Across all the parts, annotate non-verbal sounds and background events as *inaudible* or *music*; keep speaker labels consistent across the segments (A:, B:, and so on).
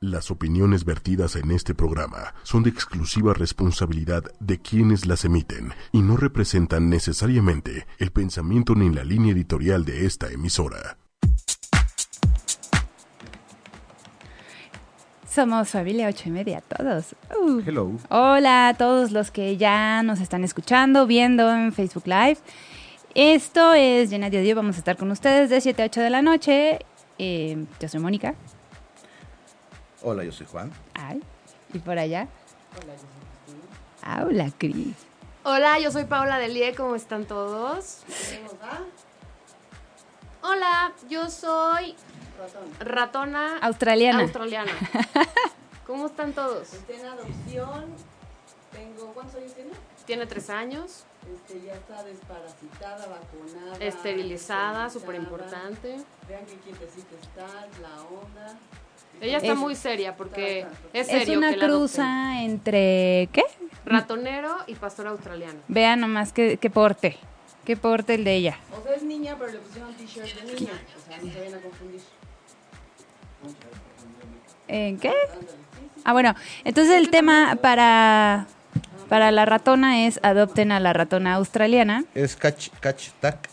A: Las opiniones vertidas en este programa son de exclusiva responsabilidad de quienes las emiten y no representan necesariamente el pensamiento ni la línea editorial de esta emisora.
B: Somos familia 8 y media todos. Uh.
C: Hello.
B: Hola a todos los que ya nos están escuchando, viendo en Facebook Live. Esto es Llena de Odio. Vamos a estar con ustedes de 7 a 8 de la noche. Eh, yo soy Mónica.
C: Hola, yo soy Juan.
B: Ay. Y por allá. Hola, yo soy Cris. Hola, Cris.
D: Hola, yo soy Paula Delie, ¿cómo están todos? Hola, yo soy ratona
B: Australiana. *laughs*
D: australiana. ¿Cómo están todos?
E: Está en adopción. Tengo, ¿cuántos años tiene?
D: Tiene tres años,
E: Este, ya está desparasitada, vacunada.
D: esterilizada,
E: esterilizada.
D: súper importante.
E: Vean qué quietecita está, la onda.
D: Ella está
B: Es-
D: muy seria porque
B: es
D: es serio
B: una
D: que la adopten.
B: cruza entre. ¿Qué?
D: Ratonero y pastor australiano.
B: Vean nomás qué, qué porte. Qué porte el de ella.
E: O sea, es niña, pero le pusieron t-shirt de niño. O sea, no se vayan a confundir.
B: ¿En qué?
E: Ándale, sí, sí.
B: Ah, bueno, entonces el tema para, para la ratona es adopten a la ratona australiana.
C: Es catch, catch tac.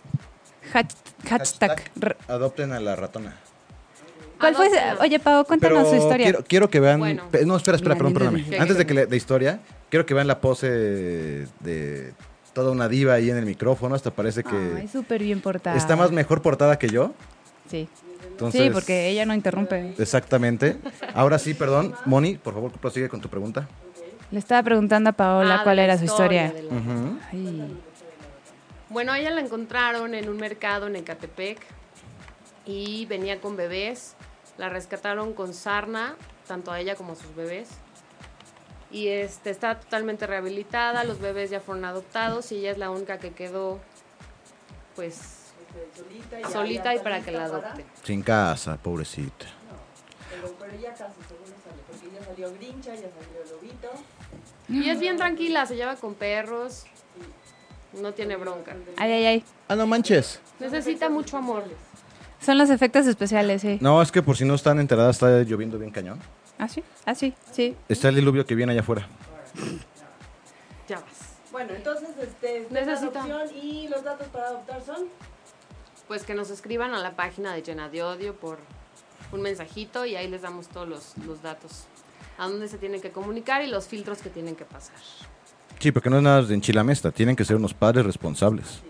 B: Hatch- Hashtag. r-
C: Adopten a la ratona.
B: ¿Cuál fue? ese?
D: Adopten.
B: Oye, Pau, cuéntanos
C: Pero
B: su historia.
C: Quiero, quiero que vean.
D: Bueno.
C: pe- No, espera, espera,
B: Mira,
C: perdón,
B: lindo
C: perdóname.
B: dije.
C: Antes de que le- de historia, quiero que vean la pose de toda una diva ahí en el micrófono. Hasta parece
B: Ay,
C: que
B: súper bien portada.
C: está más mejor portada que yo.
B: Ah, Sí.
C: Entonces,
B: sí, porque ella no interrumpe.
C: Exactamente. Ahora sí, perdón. Moni, por favor, prosigue con tu pregunta.
B: Le estaba preguntando a Paola
D: Ah,
B: cuál
D: de la
B: era su historia.
D: de la-
C: Ujú.
B: Ay,
D: Bueno, a ella la encontraron en un mercado en Ecatepec y venía con bebés. La rescataron con sarna, tanto a ella como a sus bebés. Y este, está totalmente rehabilitada, los bebés ya fueron adoptados y ella es la única que quedó, pues,
E: Este, Solita y, ya-
D: solita
E: ya
D: y
E: está
D: para que la
E: lista
D: adopten.
C: Sin casa, pobrecita.
E: Pero, pero ya casi seguro sale. Porque ya salió Grincha, ya salió Lobito.
D: Y es bien tranquila, se lleva con perros, no tiene bronca.
B: ay, ay, ay.
C: Ah, no manches.
D: Necesita mucho amor.
B: Son los efectos especiales, sí.
C: No, es que por si no están enteradas, está lloviendo bien cañón.
B: ¿Ah, sí? Ah, sí, sí.
C: Está el diluvio que viene allá afuera.
D: Ya vas.
E: Bueno, entonces, este, está en
D: Necesita.
E: adopción y los datos para adoptar son...
D: Pues que nos escriban a la página de Llena de Odio por un mensajito y ahí les damos todos los, los datos. A dónde se tienen que comunicar y los filtros que tienen que pasar.
C: Sí, porque no es nada de enchilamesta. Tienen que ser unos padres responsables.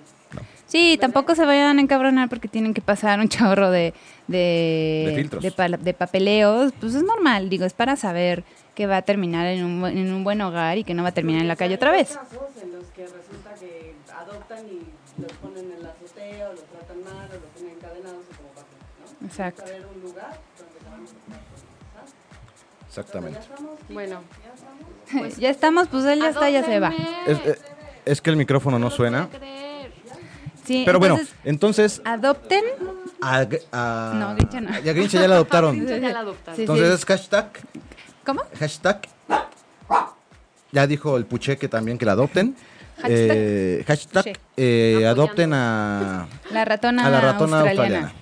B: Sí, tampoco se vayan a encabronar porque tienen que pasar un chorro de de,
C: De filtros.
B: de, pal- de papeleos. Pues es normal, digo, es para saber que va a terminar en un, buen- en un buen hogar y que no va a terminar en la calle otra vez.
E: Hay casos en los que resulta que adoptan y los ponen en la azotea o los tratan mal o los tienen encadenados o como pasa, ¿no?
B: Exacto. *laughs*
E: Saber un lugar donde se van a encontrar con ellos, ¿sabes? Ya
C: Exactamente.
E: estamos,
D: Bueno,
E: ya estamos.
B: ya estamos, pues él ya está, ya se va.
D: ¡Adóptenme!
C: Es, eh, es que el micrófono no
D: lo puedo
C: suena.
D: creer.
B: Sí,
C: Pero bueno,
B: entonces,
C: entonces...
B: adopten.
C: A, a-
B: No, Grincha no.
C: Ya Grincha ya la adoptaron.
D: Ya la
B: *laughs*
D: adoptaron.
B: Sí,
C: Entonces
B: sí.
C: es hashtag,
B: ¿Cómo?
C: hashtag. Ya dijo el pucheque también que la adopten.
B: Hashtag.
C: Eh, hashtag
B: Sí.
C: eh,
D: Apoyando.
C: adopten a,
B: La ratona,
C: a la ratona
B: australiana.
C: australiana.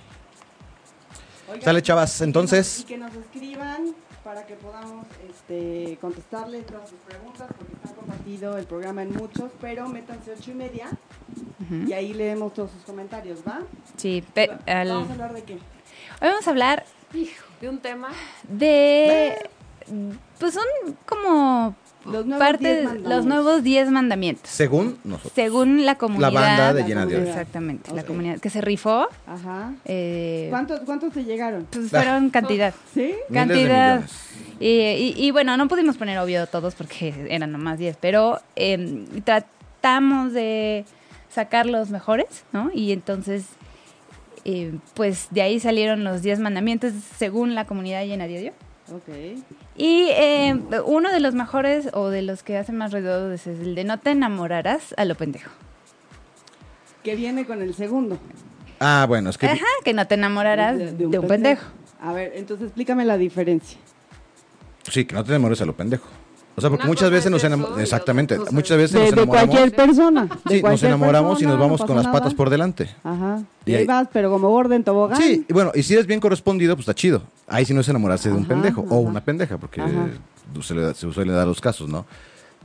C: Sale, chavas.
E: Y
C: Entonces,
E: que nos escriban para que podamos este, contestarles todas sus preguntas, porque están compartido el programa en muchos, pero métanse ocho y media y ahí leemos todos sus comentarios, ¿va?
B: Sí, pe- al-
E: Vamos a hablar de qué.
B: hoy vamos a hablar
D: Hijo, de un tema.
B: de pues son como
E: Los nuevos
B: parte
E: diez
B: de los
E: mandamientos.
B: nuevos 10 mandamientos
C: según nosotros.
B: según la comunidad
C: banda de Llena
E: de Odio.
B: exactamente la
E: Ok.
B: comunidad que se rifó
E: Ajá.
B: eh,
E: ¿Cuántos, ¿Cuántos te llegaron?
B: pues fueron cantidad
E: ¿Sí?
C: Miles de
B: cantidad
C: millones.
B: y, y- y bueno no pudimos poner obvio todos porque eran nomás 10 pero eh, tratamos de sacar los mejores no y entonces eh, pues de ahí salieron los 10 mandamientos según la comunidad llena de Odio.
E: Ok.
B: Y eh, uno de los mejores o de los que hacen más ruido es el de no te enamorarás a lo pendejo.
E: Que viene con el segundo.
C: Ah, bueno, es que
B: Ajá, que no te enamorarás de, un, pendejo.
E: A ver, entonces explícame la diferencia.
C: sí, que no te demores a lo pendejo. O sea, porque
D: Una
C: muchas
D: cosa
C: veces
D: es
C: nos
D: eso
C: enamoramos.
D: y
C: Exactamente.
D: otra cosa
C: Muchas
D: es-
C: veces Este nos enamoramos.
E: persona. de
C: Sí, nos
E: cualquier
C: enamoramos y
E: persona,
C: nos
E: no
C: vamos
E: pasa
C: con las
E: nada.
C: patas por delante.
E: Ajá.
C: Y
E: Y ahí
C: ahí-
E: vas, pero como gordo en tobogán.
C: Sí, y bueno, y si eres bien correspondido, pues está chido. Ahí sí no es enamorarse de un
E: Ajá,
C: pendejo
E: ajá.
C: o una pendeja, porque
E: Ajá.
C: se, le da- se suele dar los casos, ¿no?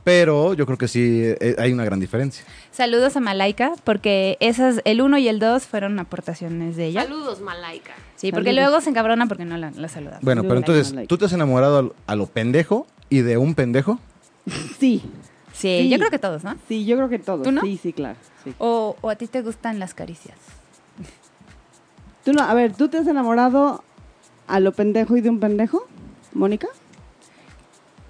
C: Pero yo creo que sí eh, hay una gran diferencia.
B: Saludos a Malaika, porque esas, el 1 y el 2 fueron aportaciones de ella.
D: Saludos, Malaika.
B: Sí, porque
E: Saludos.
B: luego se encabrona porque no la, la saludamos.
C: Bueno,
E: Yo
C: pero
E: like,
C: entonces,
E: no like.
C: ¿tú te has enamorado al- a lo pendejo y de un pendejo?
E: Sí,
B: sí,
E: sí.
B: yo creo que todos, ¿no?
E: sí, yo creo que todos.
B: ¿Tú no?
E: Sí, sí, claro. sí.
B: O, o a ti te gustan las caricias.
E: Tú no, a ver, ¿tú te has enamorado a lo pendejo y de un pendejo, Mónica?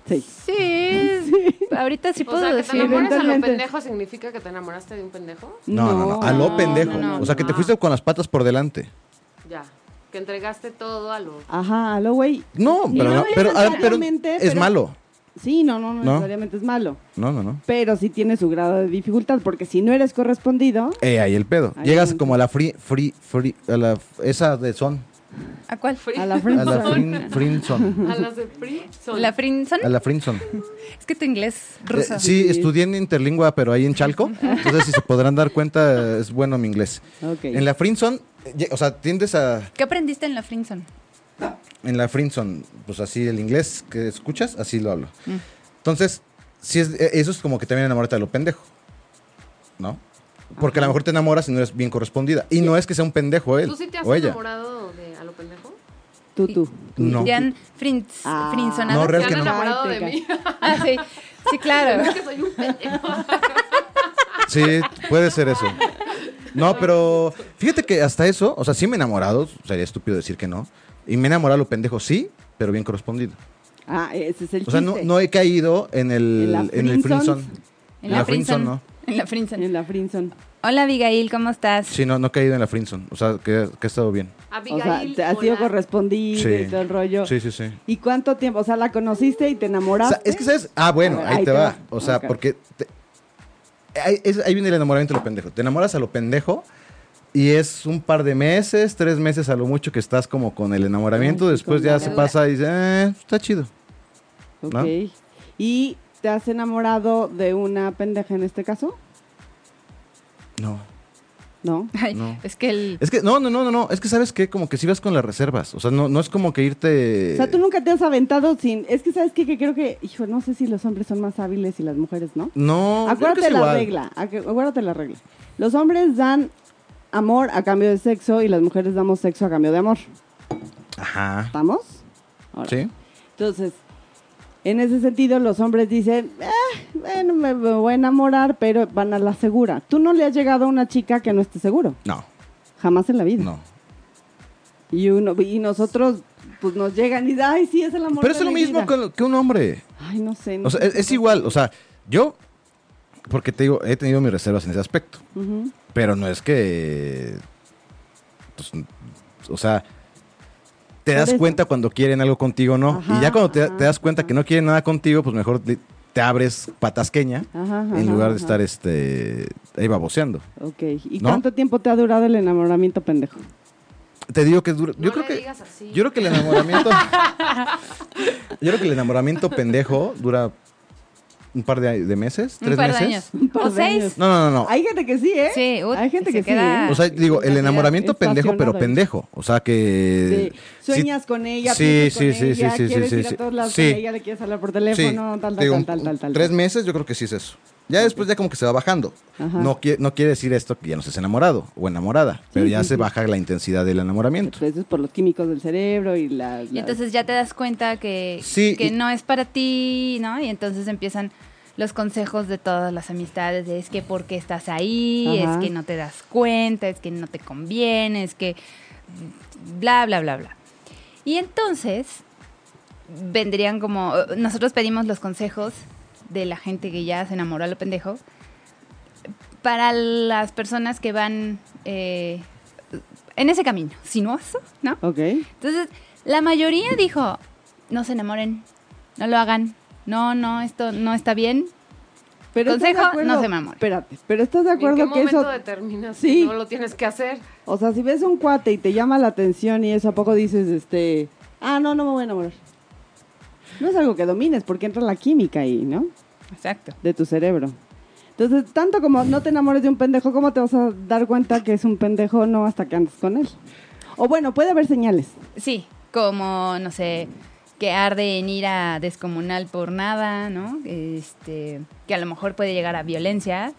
E: Sí.
B: Sí, ahorita sí
D: O
B: puedo
D: sea, que te
B: decir.
D: enamoras a lo
E: Eventualmente.
D: pendejo significa que te enamoraste de un pendejo.
C: No, no, no. a lo
E: no,
C: pendejo.
E: no, no.
C: o sea, que te
D: no.
C: fuiste con las patas por delante.
D: Ya. Que entregaste todo a lo.
E: Ajá, a lo güey.
C: No,
E: Sí,
C: pero,
E: no
C: no, pero, ah, pero
E: necesariamente,
C: es
E: pero-
C: malo.
E: Sí, no, no, no,
C: ¿No?
E: necesariamente es malo.
C: No, no, no.
E: Pero sí tiene su grado de dificultad, porque si no eres correspondido,
C: Eh, ahí el pedo.
E: Ahí
C: Llegas
E: no.
C: como a la free, free, free, a la, esa de son.
B: ¿A cuál?
E: a la
C: A la
E: friendzone.
C: frin, frinson.
D: *laughs* A las de
B: *laughs*
D: PRI son.
B: ¿La Frinson?
C: A la frinson.
B: Es que tu inglés ruso.
C: Eh, sí, estudié en interlingua, pero ahí en Chalco. Entonces, si se podrán dar cuenta, es bueno mi inglés.
E: *laughs* Ok.
C: En la frinson, eh, ye- o sea, tiendes a...
B: ¿Qué aprendiste en la Frinson?
C: En la Frinson, pues así el inglés que escuchas, así lo hablo. Entonces, si es, e- eso es como que también enamorarte de lo pendejo, ¿no? Porque a lo mejor te enamoras y no eres bien correspondida. Y no es que sea un pendejo él
D: ¿Tú sí te has
C: o ella.
D: enamorado de a lo pendejo?
E: Tú, tú.
C: No.
B: ¿Ya han frins-
E: Ah.
B: frinsonado?
C: No,
D: ¿Te
C: real
D: han
C: que no.
D: enamorado
E: Ay,
D: de
E: te
D: mí? *laughs*
B: Ah, sí. Sí, claro.
D: que soy un pendejo.
C: Sí, puede ser eso. No, pero fíjate que hasta eso, o sea, sí me he enamorado, sería estúpido decir que no. Y me he enamorado a lo pendejo, sí, pero bien correspondido.
E: Ah, ese es el
C: O sea, no,
E: chiste.
C: no he caído en
E: En la
C: el, en el
E: Friendzone.
C: Frinson.
B: En la, Frinson,
C: ¿no?
B: En la Frinson.
E: En la friendzone.
B: Hola, Abigail, ¿cómo estás?
C: Sí, no, no he caído en la Frinson. O sea, que, que he estado bien.
E: O sea,
D: Abigail.
E: te has sido
D: hola.
E: correspondido y
C: Sí.
E: todo el rollo.
C: Sí, sí, sí.
E: ¿Y cuánto tiempo? O sea, la conociste y te
C: O
E: enamoraste.
C: sea, es que sabes. Ah, bueno,
E: A ver,
C: ahí, te, va. O sea,
E: Ok.
C: porque. te- ahí, es- ahí viene el enamoramiento a lo pendejo. Te enamoras a lo pendejo y es un par de meses, tres meses a lo mucho que estás como con el enamoramiento.
E: Ay,
C: Después
E: con
C: ya
E: la
C: se
B: deuda.
C: pasa y dices, eh, está chido.
E: Ok.
C: ¿no?
E: ¿Y te has enamorado de una pendeja en este caso?
C: No.
E: No.
B: Ay,
C: No.
B: Es que el...
C: Es que, no, no, no, no, no. Es que sabes que como que si vas con las reservas. O sea, no, no es como que irte.
E: O sea, tú nunca te has aventado sin. Es que sabes qué? que creo que, hijo, no sé si los hombres son más hábiles y las mujeres, ¿no?
C: No, creo que
E: Acuérdate
C: es
E: la
C: igual.
E: regla. acu- Acuérdate la regla. Los hombres dan amor a cambio de sexo y las mujeres damos sexo a cambio de amor.
C: Ajá.
E: ¿Estamos? Ahora.
C: Sí.
E: Entonces, en ese sentido, los hombres dicen, "Ah, bueno, me me voy a enamorar, pero van a la segura. Tú no le has llegado a una chica que no esté seguro,
C: No,
E: jamás en la vida.
C: no.
E: Y uno y nosotros, pues nos llegan y dicen, ay, sí, es el amor.
C: Pero
E: de
C: es lo
E: mi
C: mismo
E: vida".
C: con- que un hombre.
E: Ay, no sé. no
C: O sea,
E: sé.
C: es, es igual, o sea, yo, porque te digo, he tenido mis reservas en ese aspecto,
E: Ujú.
C: pero no es que, pues, o sea, te
E: Por
C: das
E: eso.
C: cuenta cuando quieren algo contigo o no,
E: Ajá,
C: y ya cuando te,
E: ajá,
C: te das cuenta
E: ajá.
C: que no quieren nada contigo, pues mejor te, te abres patasqueña
E: Ajá, ajá,
C: en lugar de
E: ajá.
C: estar este, ahí baboseando.
E: Ok, ¿y
C: ¿No?
E: cuánto tiempo te ha durado el enamoramiento, pendejo?
C: Te digo que dura,
D: No
C: yo
D: le
C: creo que...
D: digas así.
C: Yo creo que el enamoramiento. yo creo que el enamoramiento pendejo dura un par de, de meses,
B: Un
C: tres
B: par de
C: meses.
B: años.
E: Un par
B: ¿O
E: de
B: seis?
E: años.
C: No, no, no, no.
E: Hay gente que sí, ¿eh?
B: Sí, ut,
E: hay gente
B: se
E: que
B: queda-
E: sí. ¿eh?
C: O sea, digo, el
E: Estacionado,
C: enamoramiento pendejo, pero
E: ¿eh?
C: pendejo. O sea que.
E: Sí, Sueñas con ella,
C: eh, Sí,
E: piensas
C: sí,
E: con
C: sí,
E: ella,
C: sí, sí,
E: quieres
C: sí,
E: ir a
C: sí.
E: todos lados
C: Sí.
E: con ella, le quieres hablar por
C: sí,
E: teléfono, tal, tal,
C: digo,
E: tal, tal, tal,
C: Tres
E: tal.
C: meses, yo creo que sí es eso. Ya después, ya como que se va bajando.
E: Ajá.
C: No, qui- no quiere decir esto que ya no estés enamorado o enamorada, pero
E: Sí,
C: ya
E: sí,
C: se
E: sí.
C: baja la intensidad del enamoramiento.
E: Pues eso es por los químicos del cerebro y la...
B: Y
E: la-
B: entonces ya te das cuenta que,
C: Sí,
B: que
C: y-
B: no es para ti, ¿no? Y entonces empiezan los consejos de todas las amistades, de es que por qué estás ahí,
E: Ajá.
B: es que no te das cuenta, es que no te conviene, es que bla, bla, bla, bla. Y entonces vendrían como, nosotros pedimos los consejos de la gente que ya se enamoró a lo pendejo, para las personas que van eh, en ese camino, sinuoso, ¿no?
E: Ok.
B: Entonces, la mayoría dijo, no se enamoren, no lo hagan, no, no, esto no está bien.
E: Pero ¿estás de
B: Consejo,
E: acuerdo?
B: no se mamón.
E: Espérate, pero ¿estás de
D: ¿En qué
E: acuerdo que
D: momento
E: eso...
D: determinas
E: Sí.
D: que no lo tienes que hacer?
E: O sea, si ves a un cuate y te llama la atención y eso, ¿a poco dices, este... Ah, no, no me voy a enamorar? No es algo que domines porque entra la química ahí, ¿no?
B: Exacto.
E: De tu cerebro. Entonces, tanto como no te enamores de un pendejo, ¿cómo te vas a dar cuenta que es un pendejo no hasta que andes con él? O bueno, puede haber señales.
B: Sí, como, no sé, que arde en ira descomunal por nada, ¿no? Este, que a lo mejor puede llegar a violencia.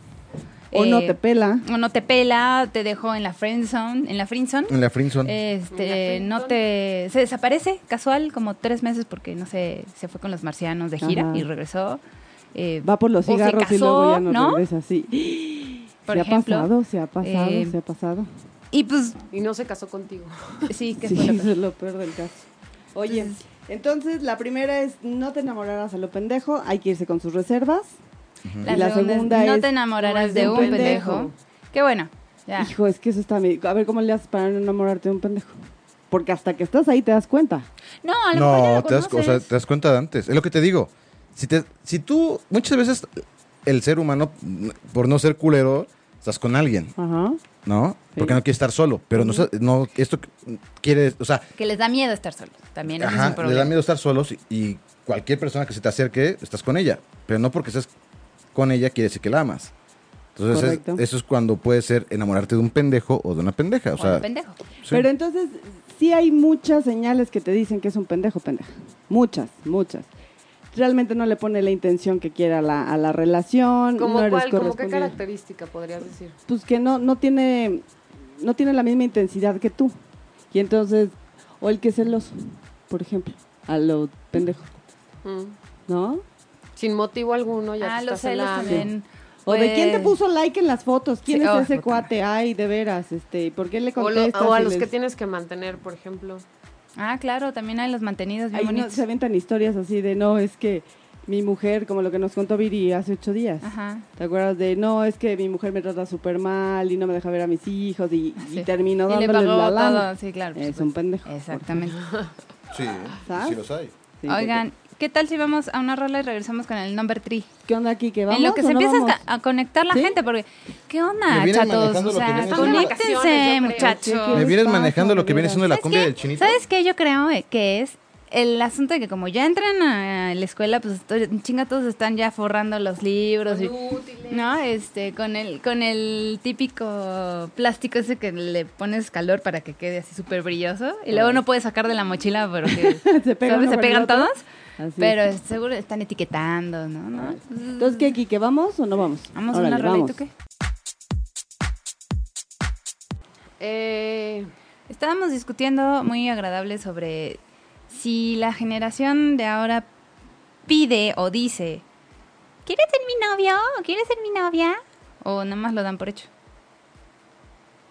E: O no
B: Eh,
E: te pela.
B: O no te pela, te dejó en la friendzone, en la friendzone.
C: En la Frinson.
E: Eh,
B: Este,
D: En la
B: no
D: friendzone.
B: te... Se desaparece casual como tres meses porque, no sé, se fue con los marcianos de gira
E: Ajá.
B: y regresó. Eh,
E: Va por los
B: o se
E: cigarros y luego ya no,
B: casó, ¿no?
E: regresa, sí.
B: *gasps* Por
E: se
B: ejemplo,
E: ha pasado, se ha pasado,
B: eh,
E: se ha pasado.
B: y pues,
D: Y no se casó contigo.
B: sí, que
E: Sí,
B: fue lo
E: eso *laughs* es lo peor del caso. Oye,
B: Entonces-
E: entonces la primera es no te enamorarás a lo pendejo, hay que irse con sus reservas.
B: La,
E: Y la
B: segunda,
E: segunda
B: es, no
E: es, pues,
B: te enamorarás
D: no es
B: de un pendejo. Qué bueno. Ya.
E: Hijo, es que eso está... medio- A ver, ¿cómo le haces para no enamorarte de un pendejo? Porque hasta que estás ahí te das cuenta.
B: No, a lo mejor ya
C: No,
B: lo
C: te das, o sea,
B: conoces.
C: te das cuenta de antes. Es lo que te digo. Si, te, si tú, muchas veces el ser humano, por no ser culero, estás con alguien,
E: Ajá.
C: ¿no? Porque no quieres estar solo. Pero no, sa- no esto quiere, o sea,
B: Que les da miedo estar solos. También ese es un
C: ajá, le
B: problema.
C: da miedo estar solos y, y cualquier persona que se te acerque, estás con ella. Pero no porque estés con ella quiere decir que la amas. Entonces, es-
E: Correcto.
C: eso es cuando puede ser enamorarte de un pendejo o de una pendeja. O
B: O
C: sea,
B: un pendejo.
C: sí.
E: Pero entonces sí hay muchas señales que te dicen que es un pendejo, pendeja. Muchas, muchas. Realmente no le pone la intención que quiera a la, a la relación.
D: ¿Como
E: *laughs* no eres
D: cuál? ¿Como qué
E: correspondido.
D: característica podrías decir?
E: pues que no, no tiene, no tiene la misma intensidad que tú. Y entonces, o el que es celoso, por ejemplo, a lo pendejo,
D: Mm.
E: ¿no?
D: Sin motivo alguno, ya
B: Ah,
D: te
B: los
D: estás
B: celos
D: celando.
B: también.
E: O de quién te
B: Pues,
E: puso like en las fotos, quién
B: Sí,
E: es
B: oh,
E: ese
B: puta
E: cuate, ay, de veras, este, ¿por qué le
D: O, lo-
E: contestas?
D: o a
E: y
D: los
E: les-
D: que tienes que mantener, por ejemplo.
B: Ah, claro, también hay los mantenidos bien
E: Ahí no-
B: bonitos.
E: se aventan historias así de, no, es que mi mujer, como lo que nos contó Viri hace ocho días.
B: Ajá.
E: ¿Te acuerdas de, no, es que mi mujer me trata súper mal y no me deja ver a mis hijos y, y
B: Sí.
E: termino
B: Y le
E: dándoles
B: pagó
E: la
B: todo.
E: lana?
B: Sí, claro. por
E: Es
B: supuesto.
E: un pendejo. *laughs*
B: Exactamente.
C: sí,
E: ¿sabes?
C: sí los hay.
E: Sí,
B: Oigan, ¿qué tal si vamos a una rola y regresamos con el number three?
E: ¿Qué onda aquí? ¿Que vamos
B: En lo que
E: o
B: se
E: no
B: empieza
E: vamos?
B: hasta a conectar la
E: ¿Sí?
B: gente, porque ¿qué onda,
C: Me vienen
B: chatos?
C: manejando
B: O
C: lo que
B: sea,
C: viene
D: siendo- Son
B: conéctense,
D: vacaciones, yo creo.
B: muchachos.
C: Me
E: les
C: vienes
E: pasa,
C: manejando lo que
E: de
C: viene
E: veras?
C: siendo la
B: ¿Sabes
C: cumbia
B: qué?
C: del chinito.
B: ¿Sabes qué? Yo creo eh, que es el asunto de que como ya entran a la escuela, pues to- chinga todos están ya forrando los libros y, no, este con el con el típico plástico ese que le pones calor para que quede así súper brilloso y luego no puedes sacar de la mochila
E: *laughs*
B: porque
E: Se pega
B: ¿sabes?
E: uno
B: se
E: con el
B: pegan
E: otro.
B: todos,
E: Así
B: pero
E: es.
B: seguro están etiquetando, ¿no? ¿No?
E: Entonces, ¿qué, Kike? ¿Vamos o no vamos?
B: Vamos
E: Órale,
B: a una rola, ¿y tú
E: vamos.
B: qué?
D: Eh,
B: Estábamos discutiendo muy agradable sobre si la generación de ahora pide o dice, ¿quieres ser mi novio? ¿O ¿Quieres ser mi novia? O nada más lo dan por hecho.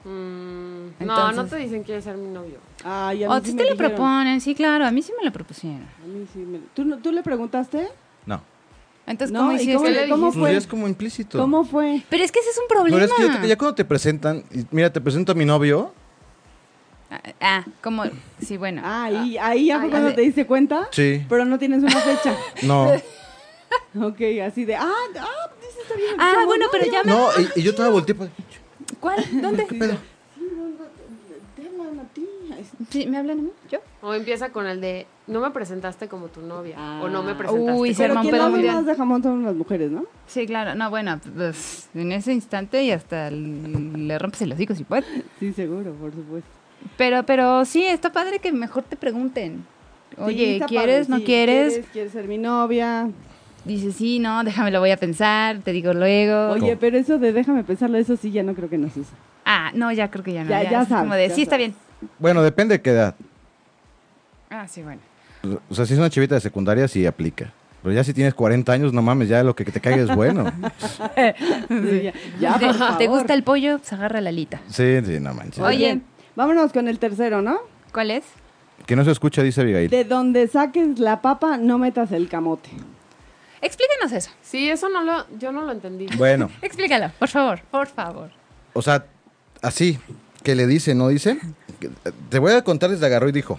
D: mm, no,
B: Entonces-
D: no te dicen quieres ser mi novio.
E: Ay, a mí
B: O
E: sí
B: si
E: me
B: Oh, te lo
E: dijeron.
B: proponen, sí, claro, a mí sí me lo propusieron.
E: A mí sí me- ¿Tú, no- ¿Tú le preguntaste?
C: No.
B: Entonces,
E: No,
B: ¿cómo
E: ¿y
B: hiciste?
E: cómo,
D: ¿Qué le
E: cómo
C: Pues ya
E: fue?
C: es como implícito.
E: ¿Cómo fue?
B: Pero es que ese es un problema.
C: Pero es que yo te- ya cuando te presentan, y mira, te presento a mi novio,
B: Ah, ah, como, sí, bueno.
E: Ah, ahí, ahí ya fue
D: Ay,
E: cuando
B: ale-
E: te diste cuenta.
C: Sí.
E: Pero no tienes una fecha.
C: no.
E: *laughs* ok, así de, ah, ah, dices está bien.
B: Ah,
E: chavo,
B: bueno,
E: ¿no?
B: pero *laughs* ya me...
C: No, y, y yo estaba volteando.
B: ¿Cuál? ¿Dónde? *laughs*
E: Sí,
C: pedo?
E: sí, no, no, te hablan a ti. Ay, sí.
B: Sí, ¿Me hablan a mí? ¿Yo?
D: O empieza con el de no me presentaste como tu novia.
E: Ah.
D: O no me presentaste.
B: Uy,
D: como
B: se arma
E: Pero
B: un
D: tu
E: quien
B: pedo
E: habla
D: novia.
E: más de jamón son las mujeres, ¿no?
B: Sí, claro. No, bueno, pues, en ese instante y hasta le rompes el hocico si puedes.
E: Sí, seguro, por supuesto.
B: Pero, pero sí, está padre que mejor te pregunten.
E: Sí,
B: Oye,
E: está padre,
B: ¿quieres? ¿No
E: sí,
B: quieres?
E: ¿Quieres? ¿Quieres ser mi novia?
B: Dices, sí, no, déjame, lo voy a pensar, te digo luego.
E: Oye, pero eso de déjame pensarlo, eso sí ya no creo que nos
B: *laughs*
E: usa.
B: Ah, no, ya creo que ya no.
E: Ya-
B: ya,
E: ya
B: es Como
E: sabes,
B: de,
E: ya
B: sí, está
E: sabes.
B: bien.
C: Bueno, depende de qué edad.
B: Ah, sí, bueno.
C: O sea, si es una chivita de secundaria, sí aplica. Pero ya si tienes 40 años, no mames, ya lo que te caiga es bueno.
E: Sí, ya, ya,
B: ¿Te,
E: por favor.
B: te gusta el pollo? Pues agarra la alita.
C: Sí, sí, no manches.
B: Oye.
E: Bien, vámonos con el tercero, ¿no?
B: ¿Cuál es?
C: Que no se escucha, dice Abigail.
E: De donde saques la papa, no metas el camote.
B: Explícanos eso.
D: Sí, eso no lo, yo no lo entendí.
C: Bueno,
B: Explícalo, por favor, por favor.
C: o sea, así, que le dice, no dice. Que- Te voy a contar desde agarró y dijo.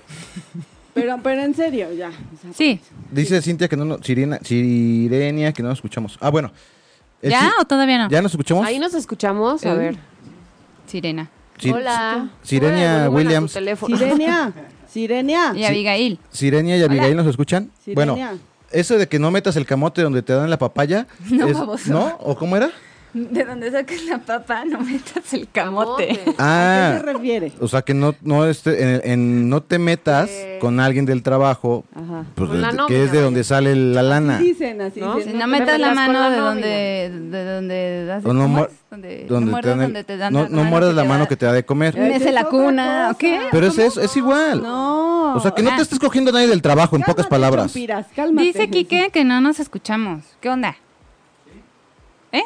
E: Pero, pero en serio, ya. o sea,
B: Sí.
C: Dice Cintia que no, no Sirena, Sirenia, que no nos escuchamos. Ah, bueno. El
B: ¿Ya
C: si-
B: o todavía no?
C: ¿Ya nos escuchamos?
D: Ahí nos escuchamos. A
C: Eh.
D: ver.
B: Sirena.
C: Si-
D: Hola.
C: Sirenia
D: Sube el volumen a tu
C: Williams.
D: teléfono. *laughs*
E: Sirenia, Sirenia.
B: Y Abigail.
C: Sirenia y Abigail nos escuchan.
E: Sirenia.
C: Bueno, eso de que no metas el camote donde te dan la papaya.
B: No, baboso.
C: ¿No? ¿O cómo era?
B: De donde saques la papa, no metas el camote.
E: pues. ¿A qué se
C: Ah,
E: refiere?
C: o sea que no, no, este, en, en- no te metas
D: Eh.
C: con alguien del trabajo,
E: Ajá.
C: pues,
D: Con la
C: de-
D: novia,
C: que es de
D: vaya.
C: donde sale la lana.
E: Dicen así.
D: ¿No?
B: Si
E: dicen,
B: no
E: te
B: metas la
D: metas con
B: mano
D: la
B: de
D: novia.
B: donde, de donde das
C: O Pues no
B: ¿cómo
C: muer-
B: es? donde, no
C: Donde
B: muerdas
C: te dan el-
B: donde te dan
C: no,
B: la
C: no
B: mano
C: muerdas
B: que
C: la
B: te
C: mano
B: da-
C: que te da de comer.
E: Eh,
B: Mece la
E: Es otra
B: cuna, ¿o
E: cosa.
B: qué?
C: Pero es eso, es igual.
E: No.
C: O sea que no
B: Ah.
C: te estés cogiendo a nadie del trabajo, en
E: Cálmate,
C: pocas palabras.
E: Chompiras, cálmate.
B: Dice Quique que no nos escuchamos. ¿Qué onda? ¿Eh?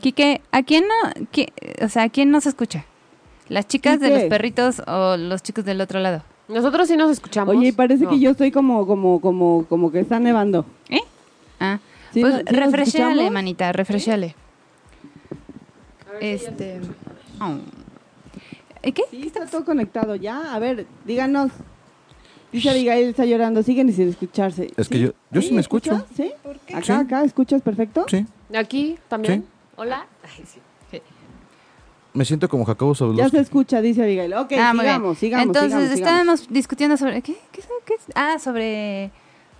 B: Quique, ¿a quién no? qui- o sea, ¿a quién nos escucha? ¿Las chicas de
E: Quique.
B: los perritos o los chicos del otro lado?
D: Nosotros sí nos escuchamos.
E: Oye, y parece
D: No.
E: que yo estoy como, como, como, como que está nevando.
B: ¿Eh? Ah,
E: Sí,
B: pues
E: no- sí nos
B: refreshéale,
E: escuchamos.
B: manita, refreshéale. Este. oh. ¿Eh, ¿Qué?
E: Sí, está todo conectado ya. A ver, díganos. Dice Abigail, está llorando. Siguen y sin escucharse.
C: Es que yo- yo sí me escucho. ¿Ah,
E: escuchas? ¿Sí? ¿Acá,
C: Sí.
E: acá? ¿Escuchas perfecto?
C: Sí,
D: Aquí también.
C: Sí.
D: Hola. Ay, sí.
C: me siento como Jacobo
E: Ya se
C: Zabludowski.
E: escucha, dice Abigail. Ok,
B: Ah, muy bien.
E: sigamos, sigamos.
B: Entonces,
E: sigamos, sigamos.
B: estábamos discutiendo sobre. ¿Qué? ¿Qué? qué- ah, sobre.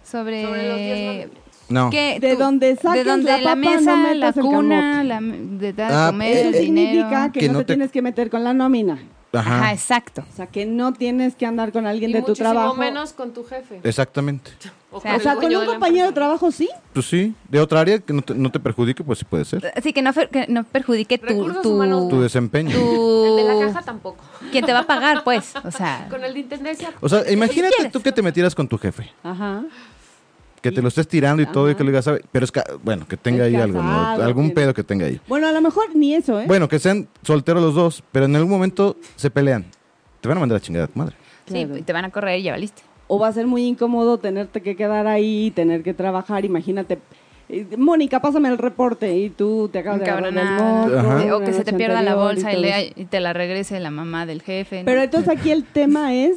B: Sobre.
D: Sobre los diez mandamientos.
C: No.
B: ¿Qué?
E: De
B: Tú-
E: donde saques
B: de donde
E: la
B: la,
E: papa, no
B: mesa, la
E: metas el
B: cuna,
E: camote.
B: la, de dar
C: Ah,
B: de comer,
E: Eso
B: el
E: significa
B: dinero.
E: que
C: Que
E: no,
C: no
E: te
C: te-
E: tienes que meter con la nómina.
C: Ajá.
B: Ajá, exacto.
E: O sea, que no tienes que andar con alguien
D: Y
E: de tu
D: muchísimo
E: trabajo.
D: menos con tu jefe.
C: Exactamente.
D: O,
B: sea,
E: O sea,
D: el
E: con
D: dueño
E: un
D: la
E: compañero de
D: empresa.
E: trabajo sí.
C: Pues sí, de otra área que no te, no te perjudique, pues sí puede ser.
B: Así que no, fer- que no perjudique tu...
D: Recursos
B: tu,
D: humanos.
C: Tu desempeño.
B: tu-
D: El de la caja tampoco.
B: ¿Quién te va a pagar, pues? O
D: *laughs*
E: Ah.
B: sea,
D: Con el de intendencia.
C: O sea, imagínate tú que te metieras con tu jefe,
E: Ajá.
C: que te lo estés tirando y todo y que le digas, "Sabe", pero es que, bueno, que tenga
E: Es
C: ahí algo, ¿no?
E: casado,
C: algún
E: tiene-
C: pedo que tenga ahí.
E: Bueno, a lo mejor ni eso, ¿eh?
C: Bueno, que sean solteros los dos, pero en algún momento se pelean. Te van a mandar a chingada a tu madre.
B: sí,
E: Claro.
B: te van a correr y ya valiste.
E: O va a ser muy incómodo tenerte que quedar ahí, tener que trabajar. Imagínate, eh, Mónica, pásame el reporte y tú te acabas de agarrar del moco,
C: Ajá.
B: Encabronar. O
E: la
B: que se te
E: noche
B: pierda la
E: anterior
B: bolsa y,
E: todo
B: le-
E: eso.
B: y te la regrese la mamá del jefe. ¿no?
E: Pero entonces aquí el tema
B: *laughs*
E: es,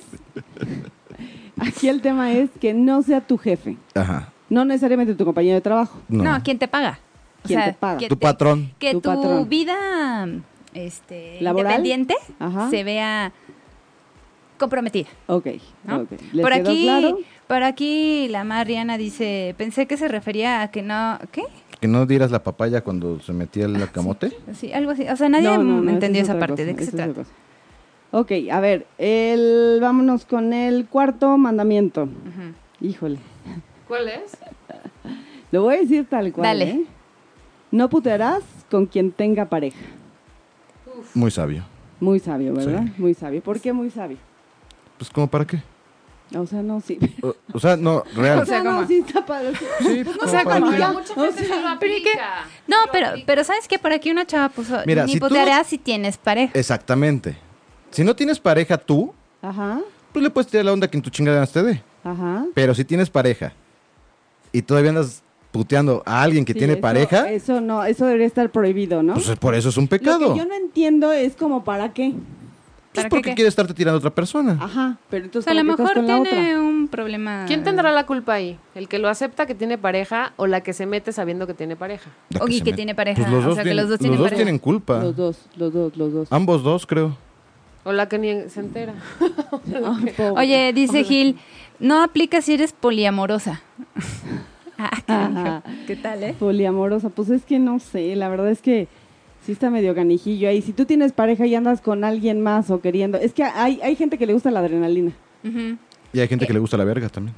E: aquí el tema es que no sea tu jefe,
C: Ajá.
E: no necesariamente tu compañero de trabajo.
C: No.
B: No, ¿quién te paga? O
E: ¿Quién
B: sea,
E: te paga?
B: que
C: Tu patrón.
B: Que tu,
E: Tu patrón.
B: vida este,
E: ¿Laboral?
B: independiente
E: Ajá.
B: se vea comprometida.
E: Ok,
B: ¿no?
E: ok. ¿Les
B: Por
E: quedó
B: aquí,
E: claro?
B: por aquí la Mariana dice, pensé que se refería a que no, ¿qué?
C: Que no dieras la papaya cuando se metía
E: Ah,
C: el camote.
B: Sí, algo así. O sea, nadie
E: No, no, no, eso
B: entendió
E: es
B: esa
E: otra
B: parte.
E: cosa,
B: ¿De qué se
E: eso es
B: trata?
E: otra cosa. Ok, a ver, el, vámonos con el cuarto mandamiento.
B: Ujú.
E: Híjole,
D: ¿Cuál es?
E: lo voy a decir tal cual.
B: Dale.
E: ¿eh? No putearás con quien tenga pareja.
C: Muy sabio.
E: Muy sabio, ¿verdad?
C: Sí.
E: Muy sabio. ¿Por qué muy sabio?
C: Pues, ¿cómo para qué?
E: O sea, no, sí.
C: O, *laughs* o sea, no, real.
E: *laughs* O sea, pues,
B: ¿cómo?
E: no, sí está padre.
C: Sí,
B: O
C: ¿cómo
B: sea,
C: para
B: como
C: qué?
B: ya-
D: mucha
E: o
D: gente
E: sea,
D: no lo
B: pero ¿y qué?
D: aplica.
B: No,
D: lo
B: pero,
D: aplica.
B: pero ¿sabes qué? Por aquí una chava puso,
C: Mira,
B: ni
C: si tú no-
B: putearás si tienes pareja.
C: Exactamente. Si no tienes pareja tú,
E: Ajá,
C: pues le puedes tirar la onda que en tu chingada te dé.
E: ajá.
C: Pero si tienes pareja y todavía andas puteando a alguien que
E: Sí,
C: tiene
E: eso-
C: pareja,
E: Eso no, eso debería estar prohibido, ¿no?
C: pues por eso es un
E: Lo
C: pecado.
E: que yo no entiendo es como para qué.
C: Pues
B: ¿Para qué
C: porque
B: qué?
C: quieres estarte tirando a otra persona.
E: Ajá, pero
B: O
E: entonces
B: sea, a lo
E: ¿para qué
B: mejor
E: estás con la
B: tiene
E: otra?
B: un problema.
E: Ah.
D: ¿Quién tendrá la culpa ahí? ¿El que lo acepta que tiene pareja o la que se mete sabiendo que tiene pareja?
C: La
B: O y
C: se
B: que
C: mete.
B: tiene pareja,
C: Pues los
B: o
C: dos,
B: sea, que
C: tienen,
B: los dos tienen pareja.
C: culpa.
E: Los dos, los dos, los dos.
C: Ambos dos, creo.
D: ¿O la que ni se entera?
E: Ay, *laughs* pobre.
B: Ah, Oye, dice Gil, no aplica si eres poliamorosa. *laughs* Ah,
E: Ajá.
B: ¿Qué tal, eh?
E: Poliamorosa, pues es que no sé, la verdad es que sí está medio canijillo ahí. Si tú tienes pareja y andas con alguien más o queriendo, es que hay, hay gente que le gusta la adrenalina.
B: Ujú.
C: Y hay gente que le gusta la verga también.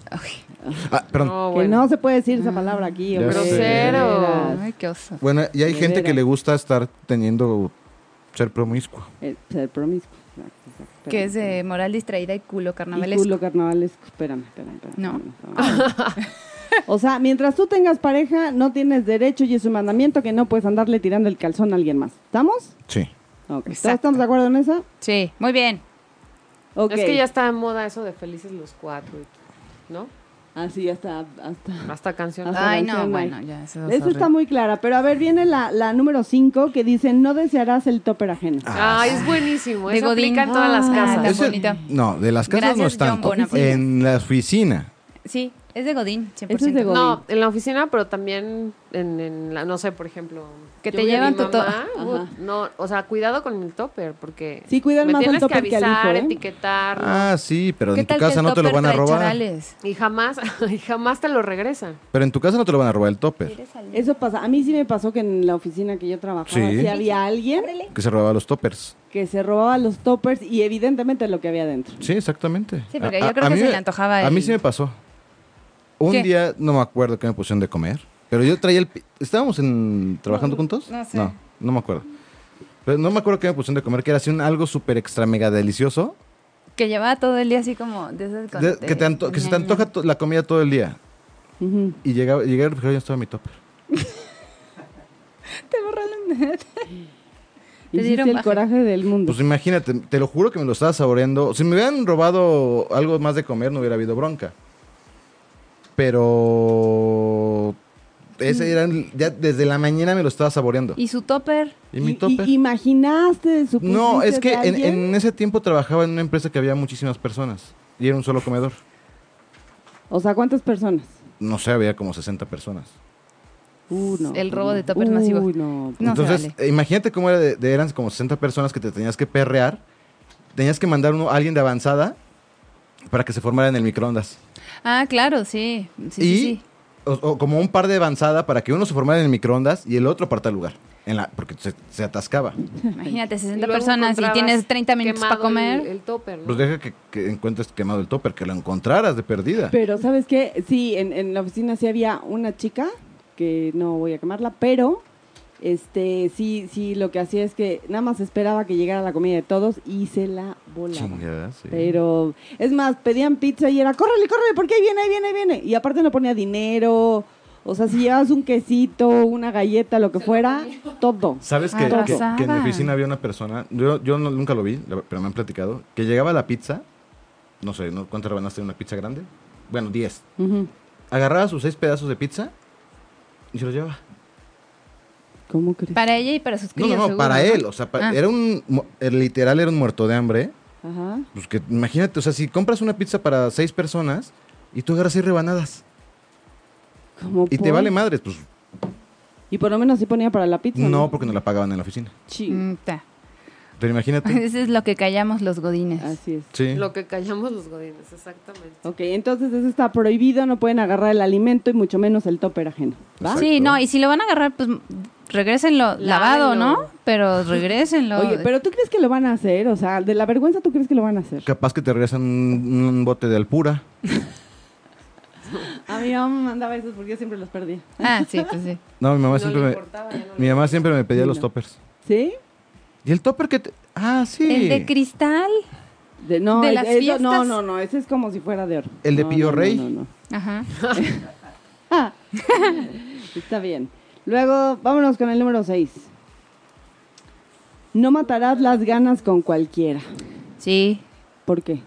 C: Ah, perdón.
D: No,
E: que
D: bueno.
E: no se puede decir esa
B: Mm.
E: palabra aquí.
C: Ya
E: hombre.
C: sé.
D: Grosero.
B: Ay, qué oso.
C: Bueno, y hay
E: De
C: gente que
E: veras.
C: le gusta estar teniendo ser promiscuo.
E: Eh, Ser promiscuo. exacto, exacto,
B: Que es
E: espérame,
B: de moral distraída y culo
E: espérame. Y
B: carnavalesco.
E: culo carnavalesco. Espérame, espérame, espérame,
B: No.
E: espérame, espérame. *laughs* O sea, mientras tú tengas pareja, no tienes derecho y es un mandamiento que no puedes andarle tirando el calzón a alguien más. ¿Estamos?
C: Sí.
E: Ok. ¿Todos
B: Exacto.
E: estamos de acuerdo en esa?
B: Sí, muy bien.
E: Ok.
D: Es que ya está en moda eso de felices los cuatro, y- ¿no?
E: Así, hasta... hasta...
D: Hasta canción.
E: Hasta
B: Ay,
E: la
B: no,
E: canción,
B: bueno,
E: Mike.
B: ya. Eso, es
E: Eso está
B: horrible.
E: muy clara, pero a ver, viene la, la número 5 que dice, no desearás el topper ajeno.
D: Ay, es buenísimo.
B: De
D: Eso
B: Godín.
D: aplica en todas las
B: Ah,
D: casas.
B: tan
C: Ese-
B: bonito.
C: no, de las casas no
B: Gracias,
C: es
B: John
C: tanto.
B: Bonaparte.
C: En la oficina.
B: Sí, Es de Godín, 100%.
F: Eso es de Godín.
D: No, en la oficina, pero también en, en la, no sé, por ejemplo.
B: Que
D: yo
B: te
D: voy a
B: llevan
D: mi
B: tu to-
D: mamá,
F: Ajá.
D: uh, No, o sea, cuidado con el topper, porque.
F: Sí, cuidan
D: me
F: más el
D: tienes
F: topper que
D: que
F: al hijo,
D: avisar,
F: ¿eh?
D: etiquetar.
C: Ah, sí, pero
B: ¿Qué
C: en tu
B: tal que
C: casa
B: el
C: no te lo
B: topper
C: van a
B: trae
C: robar.
B: charales?
D: Y jamás, *laughs* y jamás te lo regresan.
C: Pero en tu casa no te lo van a robar el topper.
E: Eso pasa. A mí sí me pasó que en la oficina que yo trabajaba,
C: Sí.
E: sí, había alguien
C: Que se robaba los toppers.
E: que se robaba los toppers y evidentemente lo que había adentro.
C: Sí, exactamente.
B: Sí, porque yo creo que se
C: me-
B: le antojaba
C: A mí
B: el-
C: sí me pasó. Un
B: ¿Qué?
C: día, no me acuerdo qué me pusieron de comer, pero yo traía el... pi- ¿Estábamos en, trabajando juntos?
B: no sé.
C: No, no me acuerdo. Pero no me acuerdo qué me pusieron de comer, que era así un algo súper extra mega delicioso,
B: Que llevaba todo el día así como... de esas con-
C: de- que, te anto- que se te antoja to- la comida todo el día.
E: Ujú.
C: Y llegaba, llegué al refrigerador y ya estaba mi topper.
B: Te borraron. Te
E: Hiciste
B: dieron
E: el
B: baje.
E: coraje del mundo.
C: Pues imagínate, te lo juro que me lo estaba saboreando. Si me hubieran robado algo más de comer, no hubiera habido bronca. Pero... Ese era... el- Ya desde la mañana me lo estaba saboreando.
B: Y su topper.
C: ¿Y mi
E: I-
C: topper?
E: i- ¿Imaginaste? supusiste
C: No, es que
E: de
C: en,
E: alguien?
C: en ese tiempo trabajaba en una empresa que había muchísimas personas y era un solo comedor.
E: O sea, ¿cuántas personas?
C: No sé, había como 60 personas.
E: Uh, no.
B: El robo de toppers masivo.
E: Uy, no.
B: No se
C: Entonces,
B: vale.
C: eh, imagínate cómo era de, de- eran como 60 personas que te tenías que perrear. Tenías que mandar uno, a alguien de avanzada para que se formara en el microondas.
B: Ah, claro, sí. Sí, sí,
C: y
B: sí.
C: O, o como un par de avanzada para que uno se formara en el microondas y el otro para tal lugar. En la, porque se, se atascaba.
B: Imagínate,
D: Y
B: 60
D: luego
B: personas y
D: encontrabas
B: tienes 30 minutos para
D: quemado el-
B: comer.
D: El, topper, ¿no?
C: Pues deja que, que encuentres quemado el topper, que lo encontraras de perdida.
E: Pero, ¿sabes qué? Sí, en, en la oficina sí había una chica, que no voy a quemarla, pero este sí, sí, lo que hacía es que nada más esperaba que llegara la comida de todos y se la volaba.
C: Chingada, sí.
E: Pero, es más, pedían pizza y era, córrele, córrele, porque ahí viene, ahí viene, ahí viene. Y aparte no ponía dinero. O sea, si llevas un quesito, una galleta, lo que fuera, todo.
C: ¿Sabes que, que-
B: Arrasada.
C: que en mi oficina había una persona, yo, yo no- nunca lo vi, la- pero me han platicado, que llegaba la pizza, no sé, ¿no? ¿cuántas rebanadas tenía una pizza grande? Bueno, 10.
E: Ujú.
C: Agarraba sus seis pedazos de pizza y se los llevaba.
E: ¿Cómo crees?
B: Para ella y para sus
C: No,
B: crías.
C: no, no,
B: seguro,
C: para él, o sea, pa-
B: Ah.
C: era un, mu- eh, literal era un muerto de hambre.
E: Ajá.
C: Pues que, imagínate, o sea, si compras una pizza para seis personas y tú agarras seis rebanadas
E: ¿Cómo
C: y te
E: por?
C: vale madres, pues
E: Y por lo menos sí ponía para la pizza.
C: no, porque no la pagaban en la oficina.
E: Ching.
B: Mm, ta. *laughs*
C: Pero imagínate.
B: Eso es lo que callamos los godines.
E: Así es.
C: *laughs* Sí.
D: Lo que callamos los godines, exactamente.
E: Ok, entonces eso está prohibido, no pueden agarrar el alimento y mucho menos el topper ajeno. ¿va?
C: Exacto.
B: Sí, no, y si lo van a agarrar, pues regrésenlo lavado, ¿no?
D: Lávenlo.
B: Pero regrésenlo.
E: Oye, pero ¿tú crees que lo van a hacer? O sea, de la vergüenza, ¿tú crees que lo van a hacer?
C: Capaz que te regresan un, un bote de alpura.
E: A mi mamá me mandaba esos porque yo siempre los perdía.
B: Ah, sí, pues sí.
C: No, mi mamá
D: No
C: siempre
D: le
C: me,
D: importaba, ya no le
C: Mi mamá siempre me pedía
E: Sí,
C: los
E: no.
C: toppers.
E: ¿Sí?
C: ¿Y el topper que te... Ah, sí.
B: El de cristal.
E: De, no,
B: ¿De
E: es-
B: las
E: eso-
B: fiestas?
E: no, no, no, ese es como si fuera de oro.
C: ¿El de
E: No,
C: Pío
E: no, no,
C: Rey?
E: no, no.
B: Ajá.
E: Ah, está bien. Luego, vámonos con el número 6. No matarás las ganas con cualquiera.
B: Sí.
E: ¿Por qué?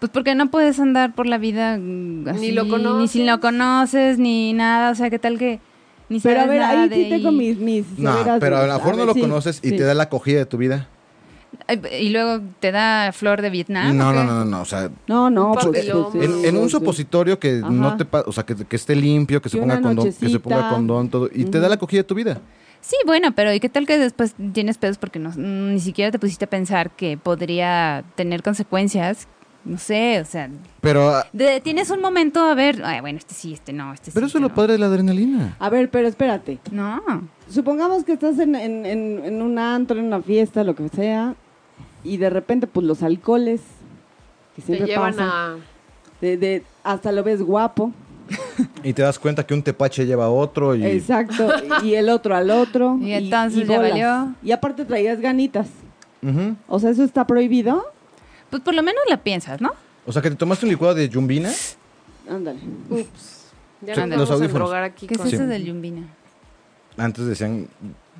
B: Pues porque no puedes andar por la vida mm, así.
D: lo
B: Ni
D: conoces.
B: si lo conoces, ni nada. O sea, ¿qué tal que ni
E: Pero
B: sabes
E: a ver,
B: nada
E: ahí
B: de
E: sí tengo
B: ahí?
E: mis, mis
C: No,
E: severas
C: pero a lo
E: dudas.
C: mejor no
E: ver,
C: lo
E: sí,
C: conoces y
E: sí.
C: te da la acogida de tu vida.
B: Ay, Y luego te da flor de Vietnam.
C: no,
B: ¿o qué?
C: no, no, no, no, O sea,
E: No, no,
D: Un
E: pues,
D: papiloma.
E: pues,
C: en,
E: Ah, sí,
C: en un
E: pues, sí.
C: supositorio que
E: Ajá.
C: no te... pa- O sea, que, que esté limpio, que se
E: Y
C: ponga
E: una
C: condón, que se
E: nochecita.
C: ponga condón, todo. Y te da la acogida de tu vida.
B: Sí, bueno, pero ¿y qué tal que después tienes pedos porque no, ni siquiera te pusiste a pensar que podría tener consecuencias? No sé, o sea,
C: Pero, ah,
B: de- tienes un momento a ver, ay, bueno, este sí, este no, este sí.
C: pero eso es
B: este
C: lo padre de la adrenalina.
E: A ver, pero espérate.
B: no. No.
E: Supongamos que estás en, en, en, en un antro, en una fiesta, lo que sea, y de repente, pues los alcoholes, que
D: Te
E: siempre
D: llevan
E: pasan,
D: a.
E: de, de- hasta lo ves guapo,
C: Y te das cuenta que un tepache lleva a otro
B: *laughs*
C: y...
E: exacto, y el otro al otro.
B: Y entonces ya
E: bolas.
B: valió.
E: Y aparte traías ganitas.
C: Ujú.
E: O sea, ¿eso está prohibido?
B: Pues por lo menos la piensas, ¿no?
C: O sea, que te tomaste un licuado de yumbina.
E: Ándale.
D: Ups. Ya
C: Sí,
D: nos
C: los
D: vamos a
C: audífonos.
D: drogar aquí
B: ¿Qué es
D: con.
B: eso
C: Sí.
B: del yumbina?
C: Antes decían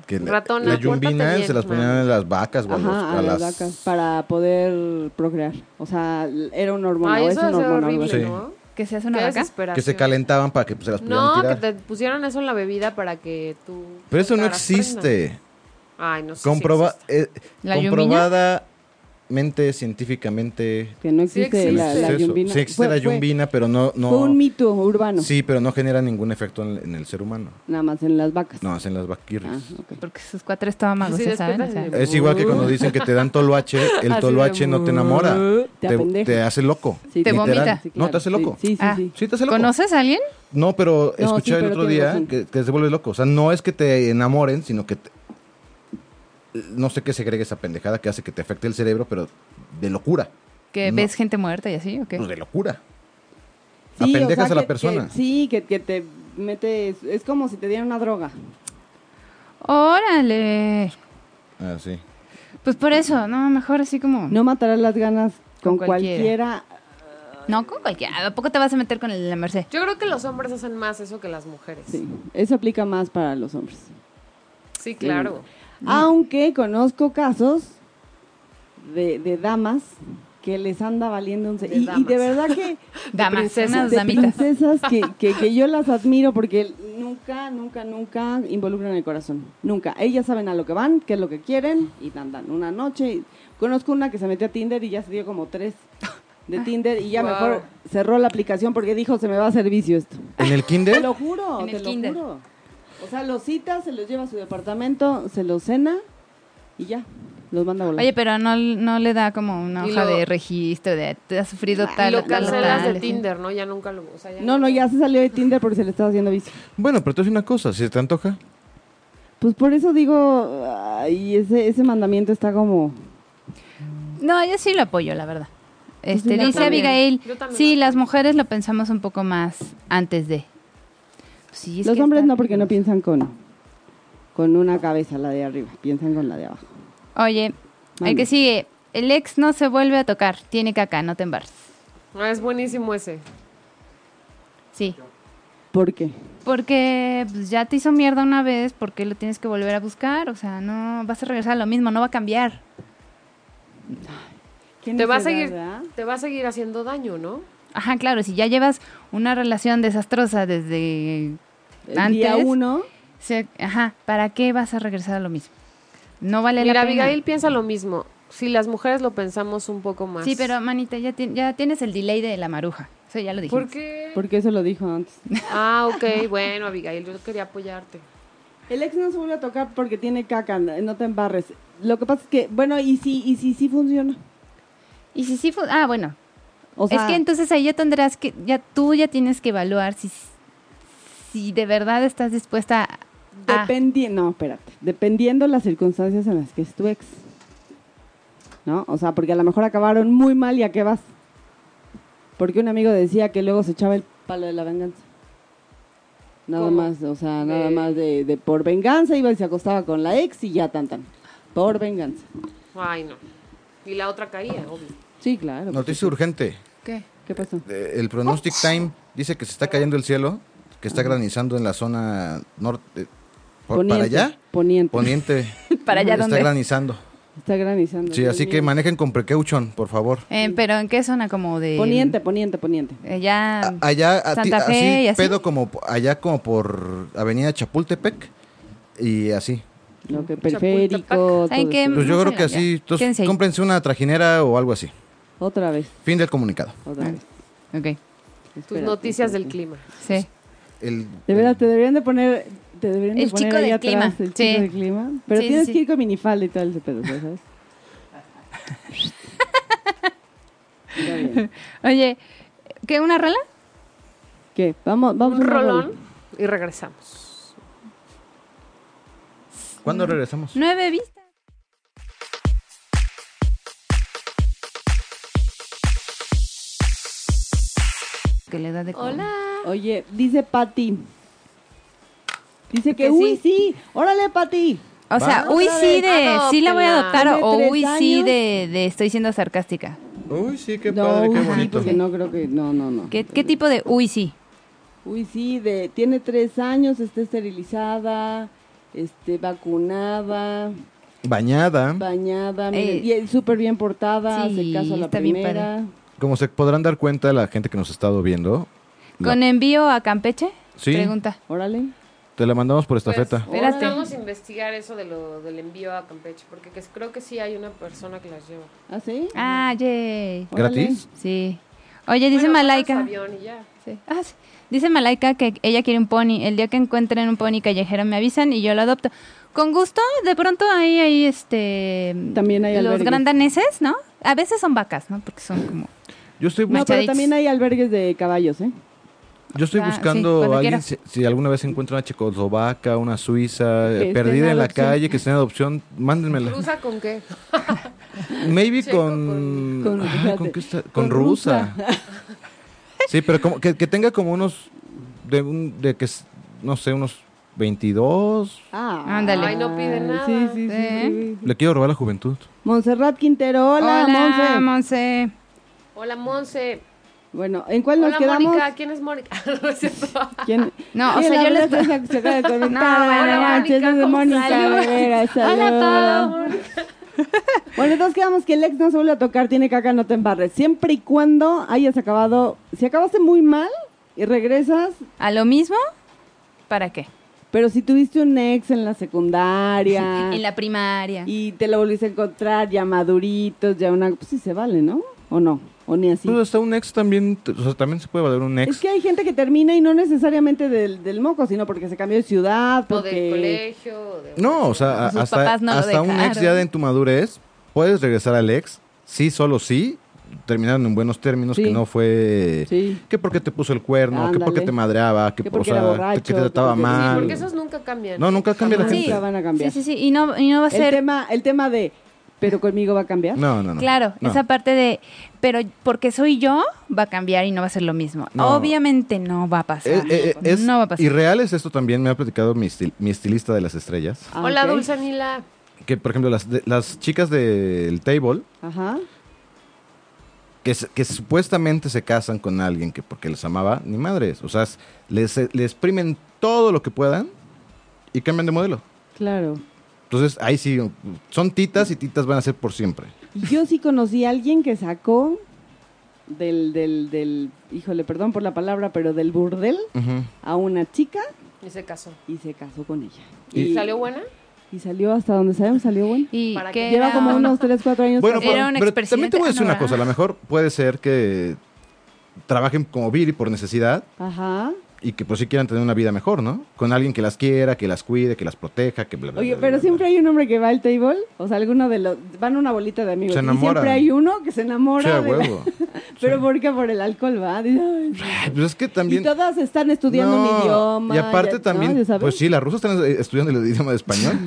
C: que la,
D: Ratona,
C: la
D: pórtate
C: yumbina
D: bien,
C: se las ponían
D: man.
C: a las vacas o a, los- a
E: Ajá, a las
C: las-
E: vacas, para poder procrear. O sea, era un hormona,
D: Ay,
E: o es
D: eso
E: un
D: es
E: hormona. algo
D: horrible,
E: así.
C: así.
D: ¿no?
B: ¿Que seas
D: Qué
B: una vaca?
D: desesperación.
C: Que se calentaban para que pues, se las pudieran
D: No, que
C: tirar.
D: te pusieron eso en la bebida para que tú.
C: Pero eso no
D: sacaras
C: existe.
D: prenda. Ay, no sé. si
C: Comproba-
D: existe.
C: eh,
B: ¿La
C: comprobada mente científicamente.
E: Que no
D: Sí
E: existe,
D: existe.
E: la, la
C: existe eso.
E: yumbina.
C: Sí existe
E: Fue-
C: la
E: fue-
C: yumbina, pero no, no.
E: Fue un mito urbano,
C: Sí, pero no genera ningún efecto en, en el ser humano.
E: nada más en las vacas.
C: No, hacen las vaquirris.
E: Ah, ok.
B: Porque sus cuatro estómagos,
D: Sí,
B: ¿ya ¿saben? O
D: despiertas
B: sea,
D: y-
C: Es igual que cuando dicen que te dan toloache, el
D: Así
C: toloache
D: de,
C: no te enamora.
E: Te
C: Te,
E: apendeja.
C: te hace loco.
E: Sí,
B: Te
C: literal.
B: vomita.
E: Sí, claro.
C: No, te hace
E: Sí,
C: loco.
E: Sí, sí,
B: Ah.
E: sí.
C: Sí, te hace loco.
B: ¿Conoces a alguien?
C: No, pero
E: No,
C: escuché
E: sí,
C: el
E: pero
C: otro
E: tienes
C: día
E: razón.
C: que, que se vuelve loco. O sea, no es que te enamoren, sino que te- no sé qué segrega esa pendejada que hace que te afecte el cerebro, pero de locura.
B: ¿Que
C: No.
B: ves gente muerta y así o qué?
C: Pues de locura.
E: Sí, o
C: Apendejas
E: sea,
C: a la
E: que-
C: persona.
E: que- sí, que, que te metes. Es como si te dieran una droga.
B: ¡Órale!
C: Ah, sí.
B: Pues por eso, no, mejor así como...
E: No matarás las ganas con,
B: Con
E: cualquiera.
B: cualquiera. No, con cualquiera. ¿A poco te vas a meter con el de la Merced?
D: Yo creo que los hombres hacen más eso que las mujeres.
E: Sí,
D: Sí,
E: eso aplica más para los hombres.
D: claro.
E: Aunque conozco casos de, de damas que les anda valiendo un... ce-
D: De
E: Y, y de
D: damas.
E: verdad
D: *laughs*
E: que...
B: Damas, unas
E: de
B: damitas.
E: princesas que, que- que yo las admiro porque nunca, nunca, nunca involucran el corazón. Nunca. Ellas saben a lo que van, qué es lo que quieren y dan, dan. Una noche... y- Conozco una que se metió a Tinder y ya se dio como tres
D: Ah,
E: de Tinder y ya
D: Wow.
E: mejor cerró la aplicación porque dijo, se me va a servicio esto.
C: En el
E: Te
D: ¿Eh?
C: kinder,
E: lo juro,
B: En
E: te
B: el
E: lo
B: kinder.
E: juro. O sea, los cita, se los lleva a su departamento, se los cena y ya, los manda a volar.
B: Oye, pero no, no le da como una
D: Y
B: hoja
D: lo-
B: de registro de te has sufrido
E: Y
D: Y
B: tal
D: lo
B: tal,
D: cancelas
B: tal,
D: de
B: así.
D: Tinder, ¿no? Ya nunca lo. O sea, ya
E: no, no, ya se salió de Tinder porque se le estaba haciendo vicio.
C: bueno, pero te es una cosa, si te antoja,
E: Pues por eso digo, ay, ese, ese mandamiento está como...
B: No, yo sí lo apoyo, la verdad. Este,
E: sí, yo
B: dice
D: también.
B: Abigail,
D: Yo también lo
B: sí,
D: apoyo.
B: las mujeres lo pensamos un poco más antes de. Pues Sí, es
E: los
B: que
E: hombres
B: está
E: no porque no
B: peligroso.
E: piensan con, con una cabeza, la de arriba, piensan con la de abajo.
B: Oye, el
E: Mande.
B: que sigue, el ex no se vuelve a tocar, tiene caca, no te embarres.
D: Ah, es buenísimo ese.
B: Sí,
E: ¿Por qué?
B: porque pues, ya te hizo mierda una vez, ¿por qué lo tienes que volver a buscar? O sea, no vas a regresar a lo mismo, no va a cambiar.
E: ¿Quién
D: Te va, a
E: dice,
D: seguir,
E: verdad?
D: te va a seguir haciendo daño, ¿no?
B: Ajá, claro, si ya llevas una relación desastrosa desde
E: El
B: antes,
E: día uno,
B: se- ajá, ¿para qué vas a regresar a lo mismo? No vale
D: Mira,
B: la pena.
D: Abigail piensa lo mismo. Si las mujeres lo pensamos un poco más.
B: Sí, pero manita, ya, ti- ya tienes el delay de la maruja. Eso ya lo dije.
D: ¿Por qué?
E: porque eso lo dijo antes.
D: Ah, ok, bueno, Abigail, yo quería apoyarte.
E: El ex no se vuelve a tocar porque tiene caca, no te embarres. Lo que pasa es que, bueno, y sí, y sí, sí funciona.
B: Y si sí, fu- ah, bueno.
E: O sea,
B: es que entonces ahí ya tendrás que, ya tú ya tienes que evaluar si, si de verdad estás dispuesta a... Ah.
E: dependi- no, espérate, dependiendo las circunstancias en las que es tu ex. ¿No? O sea, porque a lo mejor acabaron muy mal y a qué vas. Porque un amigo decía que luego se echaba el palo de la venganza. Nada
D: ¿Cómo?
E: más, o sea, nada
D: De-
E: más de, de por venganza iba y se acostaba con la ex y ya tan tan. Por venganza.
D: Ay, no. Y la otra caía, obvio.
E: Sí, claro. pues,
C: noticia urgente.
B: ¿Qué?
E: ¿Qué pasó?
C: Eh, El pronostic time dice que se está cayendo el cielo, que está granizando en la zona norte. eh, por- ¿Para allá?
E: Poniente.
C: Poniente.
B: *laughs* ¿Para allá
C: Está
B: dónde?
C: granizando.
E: Está granizando.
C: Sí,
E: Dios
C: así que
E: mío.
C: manejen con precaución, por favor.
B: Eh, pero ¿en qué zona como de...
E: Poniente, poniente, poniente.
B: eh, ya...
C: A- allá a ti-
B: Santa Fe y
C: así
B: así.
C: pedo como po- allá como por Avenida Chapultepec y así.
E: Lo que
D: Chapultepec.
E: periférico.
B: ¿Saben
E: todo
B: qué?
E: eso.
C: Pues yo
B: No
C: creo
B: se
C: que
B: la- ya.
C: así, entonces,
B: Quédense ahí.
C: cómprense una trajinera o algo así.
E: Otra vez,
C: Fin del comunicado.
E: otra vez.
B: Ok,
D: Tus
E: Espérate,
D: noticias del
E: espérate.
D: clima.
B: sí.
C: El,
E: De verdad, te deberían de poner. Te deberían
B: El
E: de poner
B: chico
E: ahí
B: del
E: atrás
B: clima,
E: el
B: sí.
E: chico del clima. Pero
B: Sí, sí,
E: tienes
B: sí.
E: que ir con minifalda y todo ese
B: *laughs*
E: pedo, ¿sabes? Está bien.
B: Oye, ¿qué? ¿Una rola?
E: ¿Qué? Vamos, vamos.
D: Un
E: a una rola.
D: rolón y regresamos.
C: ¿Cuándo regresamos?
B: Nueve vistas. Que le da de comer.
D: Hola.
E: Oye, dice Pati. Dice que,
D: Que
E: uy,
D: sí.
E: sí. Órale, Pati.
B: O sea,
C: Va.
B: uy
E: Otra
B: sí
E: vez,
B: de sí la voy a adoptar
E: adóptala.
B: o
E: Tiene
B: uy
E: tres
B: sí
E: años.
B: de, de estoy siendo sarcástica.
C: Uy, sí, qué
E: no,
C: padre,
E: uy,
C: qué
E: sí,
C: bonito.
B: pues
E: porque no creo que. No, no, no.
B: ¿Qué, qué tipo de uy sí?
E: Uy, sí, de, tiene tres años, está esterilizada, este, vacunada,
C: Bañada.
E: bañada,
B: Eh.
E: miren, y súper bien portada,
B: Sí,
E: se casó a la
B: está bien
E: primera.
C: Como se podrán dar cuenta la gente que nos ha estado viendo. la-
B: ¿Con envío a Campeche?
C: Sí.
B: Pregunta.
E: Órale.
C: Te la mandamos por estafeta.
D: Pues,
B: Espérate.
D: Podemos investigar eso de lo, del envío a Campeche, porque que- creo que sí hay una persona que las lleva.
E: ¿Ah, sí?
B: Ah, yay.
E: Órale.
C: ¿Gratis?
B: Sí. Oye, dice
D: Bueno,
B: Malaika.
D: mandas avión y ya.
B: Sí. Ah, sí. Dice Malaika que ella quiere un pony. El día que encuentren un pony callejero me avisan y yo lo adopto. Con gusto, de pronto ahí hay este.
E: También hay
B: Los
E: albergues.
B: grandaneses, ¿no? A veces son vacas, ¿no? Porque son como.
C: Yo estoy, bus-
E: No, pero
B: Machaditos.
E: también hay albergues de caballos, ¿eh?
C: yo estoy
B: Ah, sí,
C: buscando
B: cuando
C: a alguien,
B: quieras.
C: si, si alguna vez encuentran una checoslovaca, una suiza, eh,
E: esté en
C: perdida en la
E: Este, adopción.
C: calle, que esté en adopción, mándenmela.
D: ¿Cruza con qué?
C: Maybe
D: Checo
C: con...
E: con- con-
C: ay,
E: espérate.
C: ¿con qué está? Con
E: Con
C: rusa.
E: rusa.
C: *laughs* sí, pero como, que, que tenga como unos... De, un- de que, s- no sé, unos 22...
E: Ah,
B: Ándale.
D: Ay, no pide nada.
E: Sí, sí,
B: Sí.
E: sí. sí, sí.
C: Le quiero robar la juventud.
E: Montserrat Quintero, hola, Monse.
B: Monse.
D: Hola, Monse.
E: Bueno, ¿en cuál nos
D: Hola,
E: quedamos?
D: Mónica. ¿Quién es Mónica? *laughs* no es cierto.
E: ¿Quién?
B: No, o
E: Oye,
B: sea,
E: la
B: yo les.
E: verdad es que se acaba de conectar.
B: *laughs* No, bueno,
E: Buenas
D: Mónica,
E: noches, es de
D: ¿cómo
E: Mónica
D: salió?
E: Rivera,
D: Hola a
E: saludos.
D: todos.
E: *laughs* Bueno, entonces quedamos que el ex no se vuelve a tocar, tiene caca, no te embarres. Siempre y cuando hayas acabado, si acabaste muy mal y regresas,
B: ¿A lo mismo? ¿Para qué?
E: pero si tuviste un ex en la
B: *laughs*
E: secundaria
B: En la primaria.
E: y te lo volviste a encontrar ya maduritos, ya una... Pues sí se vale, ¿no? ¿O no? ¿O ni así?
C: Pero Pues hasta un ex también... O sea, también se puede valer un ex.
E: Es que hay gente que termina y no necesariamente del, del moco, sino porque se cambió de ciudad,
D: O
E: porque...
D: del colegio. o de-
C: No, o sea, a-
B: Sus
C: hasta,
B: papás no lo
C: hasta un ex
B: dejaron.
C: ya de en tu madurez, puedes regresar al ex, sí, solo sí, terminaron en buenos términos,
E: Sí.
C: que no fue...
E: Sí.
C: Que porque te puso el cuerno, que porque
E: Ándale.
C: te madreaba, que,
E: Que
C: por- o
E: porque era
C: sea,
E: borracho,
C: que te
E: que
C: trataba
E: porque- Sí,
D: Sí,
C: mal.
D: porque esos nunca cambian.
C: No, nunca cambia
B: Ah,
C: la
E: Nunca
C: gente.
E: van a
B: Sí,
E: cambiar.
B: sí, sí. Y no, y no va a
E: El
B: ser.
E: tema, el tema de, pero conmigo va a cambiar.
C: No, no, no.
B: Claro,
C: No.
B: esa parte de, pero porque soy yo, va a cambiar y no va a ser lo mismo.
C: No.
B: Obviamente no va a pasar.
C: Eh, eh, eh, es
B: no va a pasar.
C: irreal es esto también, me ha platicado mi, estil- mi estilista de las estrellas,
E: Ah,
D: Hola,
E: ok.
D: Dulce Anila.
C: que por ejemplo las, de- las chicas del table,
E: Ajá.
C: que, s- que supuestamente se casan con alguien que porque les amaba, ni madres. O sea, s- les, eh, les exprimen todo lo que puedan y cambian de modelo.
E: Claro.
C: Entonces, ahí sí, son titas y titas van a ser por siempre.
E: Yo sí conocí a alguien que sacó del, del, del, híjole, perdón por la palabra, pero del burdel a una chica
D: Y se casó.
E: y se casó con ella.
D: ¿Y salió buena?
E: Y salió hasta donde sabemos, salió bueno.
B: y
D: ¿Para
B: que
D: qué?
E: Lleva
B: era
E: como
B: una-
E: unos 3, 4 años.
C: Bueno,
E: casado.
B: Era
C: pero,
B: un
C: pero también te voy
B: expresidente.
C: a decir
B: Ah, no,
C: una cosa. A lo
B: ¿verdad?
C: mejor puede ser que trabajen como Viri por necesidad
E: Ajá.
C: y que pues sí quieran tener una vida mejor, ¿no? Con alguien que las quiera, que las cuide, que las proteja, que bla, bla,
E: Oye,
C: bla,
E: pero
C: bla, bla.
E: siempre hay un hombre que va al table, o sea, alguno de los, van una bolita de amigos.
C: Se
E: y siempre
C: enamoran.
E: hay uno que se enamora.
C: Sí, a
E: de la-
C: huevo.
E: *laughs*
C: *laughs*
E: Pero porque por el alcohol va. Dice, "Ay,
C: Pues es que también...
E: Y todas están estudiando
C: No,
E: un idioma.
C: Y aparte
E: ya- ¿no?
C: también,
E: Ya sabes.
C: pues sí, las rusas están eh, estudiando el idioma de
E: *laughs*
C: español.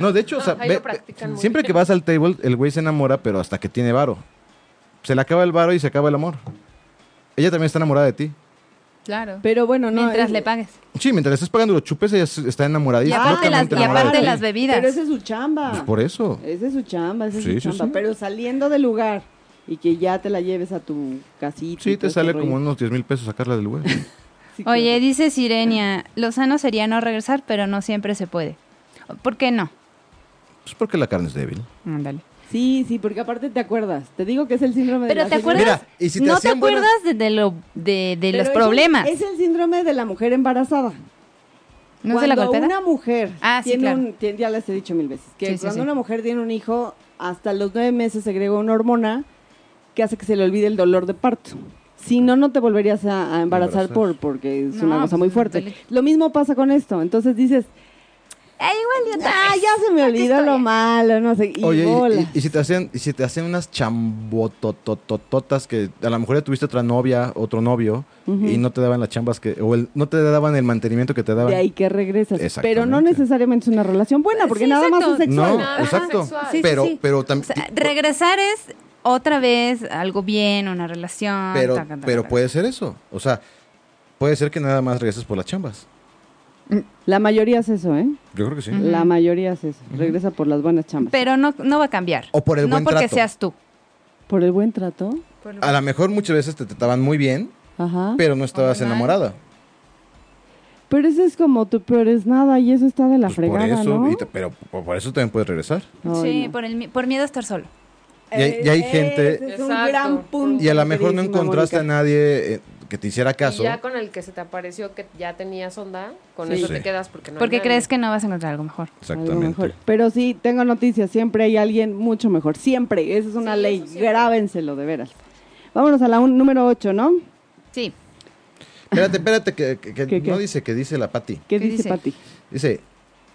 C: No, de hecho, o sea,
D: ahí
C: ve-
D: lo practican
C: ve-
D: muy
C: siempre
D: bien.
C: que vas al table, el güey se enamora, pero hasta que tiene varo. Se le acaba el varo y se acaba el amor. Ella también está enamorada de ti.
B: Claro.
E: Pero bueno, no. eh,
B: mientras
E: es-
B: le pagues.
C: Sí, mientras le estás pagando los chupes, ella s- está
B: Y
C: enamoradísima.
B: aparte, las,
C: locamente
B: y
C: enamorada
B: aparte
C: de ti.
B: las bebidas.
E: Pero esa es su chamba.
C: Pues por eso.
E: Esa es su chamba, esa es
C: Sí,
E: su
C: sí,
E: chamba.
C: sí.
E: Pero saliendo del lugar y que ya te la lleves a tu casita. y
C: Sí,
E: todo
C: te
E: este
C: sale
E: rollo.
C: como unos 10 mil pesos sacarla del Pues güey.
E: Sí, claro.
B: Oye, dice Sirenia, lo sano sería no regresar, pero no siempre se puede. ¿Por qué no?
C: Pues porque la carne es débil.
B: Ándale.
E: Sí, sí, porque aparte te acuerdas. Te digo que es el síndrome de
B: Pero
E: la
B: ¿te
E: señora-
B: acuerdas?
C: Mira, y si te
B: no te
C: hacían buenas-
B: acuerdas de, de lo, de, de
E: Pero
B: los
E: es el-
B: problemas.
E: Es el síndrome de la mujer embarazada.
B: ¿No se la
E: Cuando
B: golpeada?
E: una mujer
B: Ah, sí,
E: tiene
B: claro.
E: un, tiene- ya les he dicho mil veces, que
B: Sí, sí,
E: cuando
B: sí.
E: una mujer tiene un hijo, hasta los nueve meses segrega una hormona que hace que se le olvide el dolor de parto. Si no, no te volverías a, a embarazar
C: Embarazar.
E: por, porque es
B: No,
E: una cosa muy
B: pues,
E: fuerte.
B: duele.
E: Lo mismo pasa con esto. Entonces dices,
B: Ah, igual yo
E: ah, ya se me olvidó lo malo, no sé. Y
C: Oye, y-
E: bolas.
C: y, y si te hacían, y si te hacían unas chambotototototas que a lo mejor ya tuviste otra novia, otro novio, y no te daban las chambas que, o el- no te daban el mantenimiento que te daban.
E: de ahí que regresas. Pero no
C: Exactamente.
E: necesariamente es una relación buena, porque
B: Sí,
E: nada más es
B: exacto.
E: sexual.
C: no,
D: Nada
C: exacto.
D: sexual.
B: Sí, sí,
C: pero,
B: sí.
C: pero también.
B: O sea, regresar es otra vez algo bien, una relación.
C: pero,
B: taca, taca,
C: pero
B: taca.
C: puede ser eso. O sea, puede ser que nada más regreses por las chambas.
E: La mayoría es eso, ¿eh?
C: Yo creo que
D: Mm.
C: sí.
E: La mayoría es eso. Regresa por las buenas chambas.
B: Pero no, no va a cambiar.
C: O por el
B: No
C: buen
B: porque
C: trato. Ah.
B: seas tú.
E: Por el buen trato.
C: A lo mejor muchas veces te trataban muy bien,
E: Ajá.
C: pero no estabas
B: Ajá.
C: enamorada.
E: Pero eso es como tu peor es nada y eso está de la
C: Pues por
E: fregada,
C: eso,
E: ¿no?
C: y te- pero por por eso también puedes regresar.
E: Ay,
B: sí,
E: no.
B: por, el, mi- por miedo a estar solo.
C: Y hay, y hay gente.
E: Ese es un
D: Exacto.
E: gran punto.
C: Y a lo mejor no
E: queridísima
C: encontraste a
E: Mónica.
C: nadie eh, que te hiciera caso.
D: Y ya con el que se te apareció que ya tenías onda, con
E: Sí.
D: eso
C: Sí.
D: te quedas porque no.
B: Porque crees que no vas a encontrar algo mejor.
E: Algo
C: Exactamente.
E: mejor. Pero sí, tengo noticias, siempre hay alguien mucho mejor, siempre, esa es una
D: Sí,
E: ley,
D: eso siempre.
E: grábenselo de veras. Vámonos a la un- número 8, ¿no?
B: Sí.
C: Espérate, espérate, que, que- que
E: ¿Qué, qué?
C: no dice que dice la Pati.
E: ¿Qué,
B: ¿Qué
E: dice,
B: dice?
E: Pati?
C: Dice,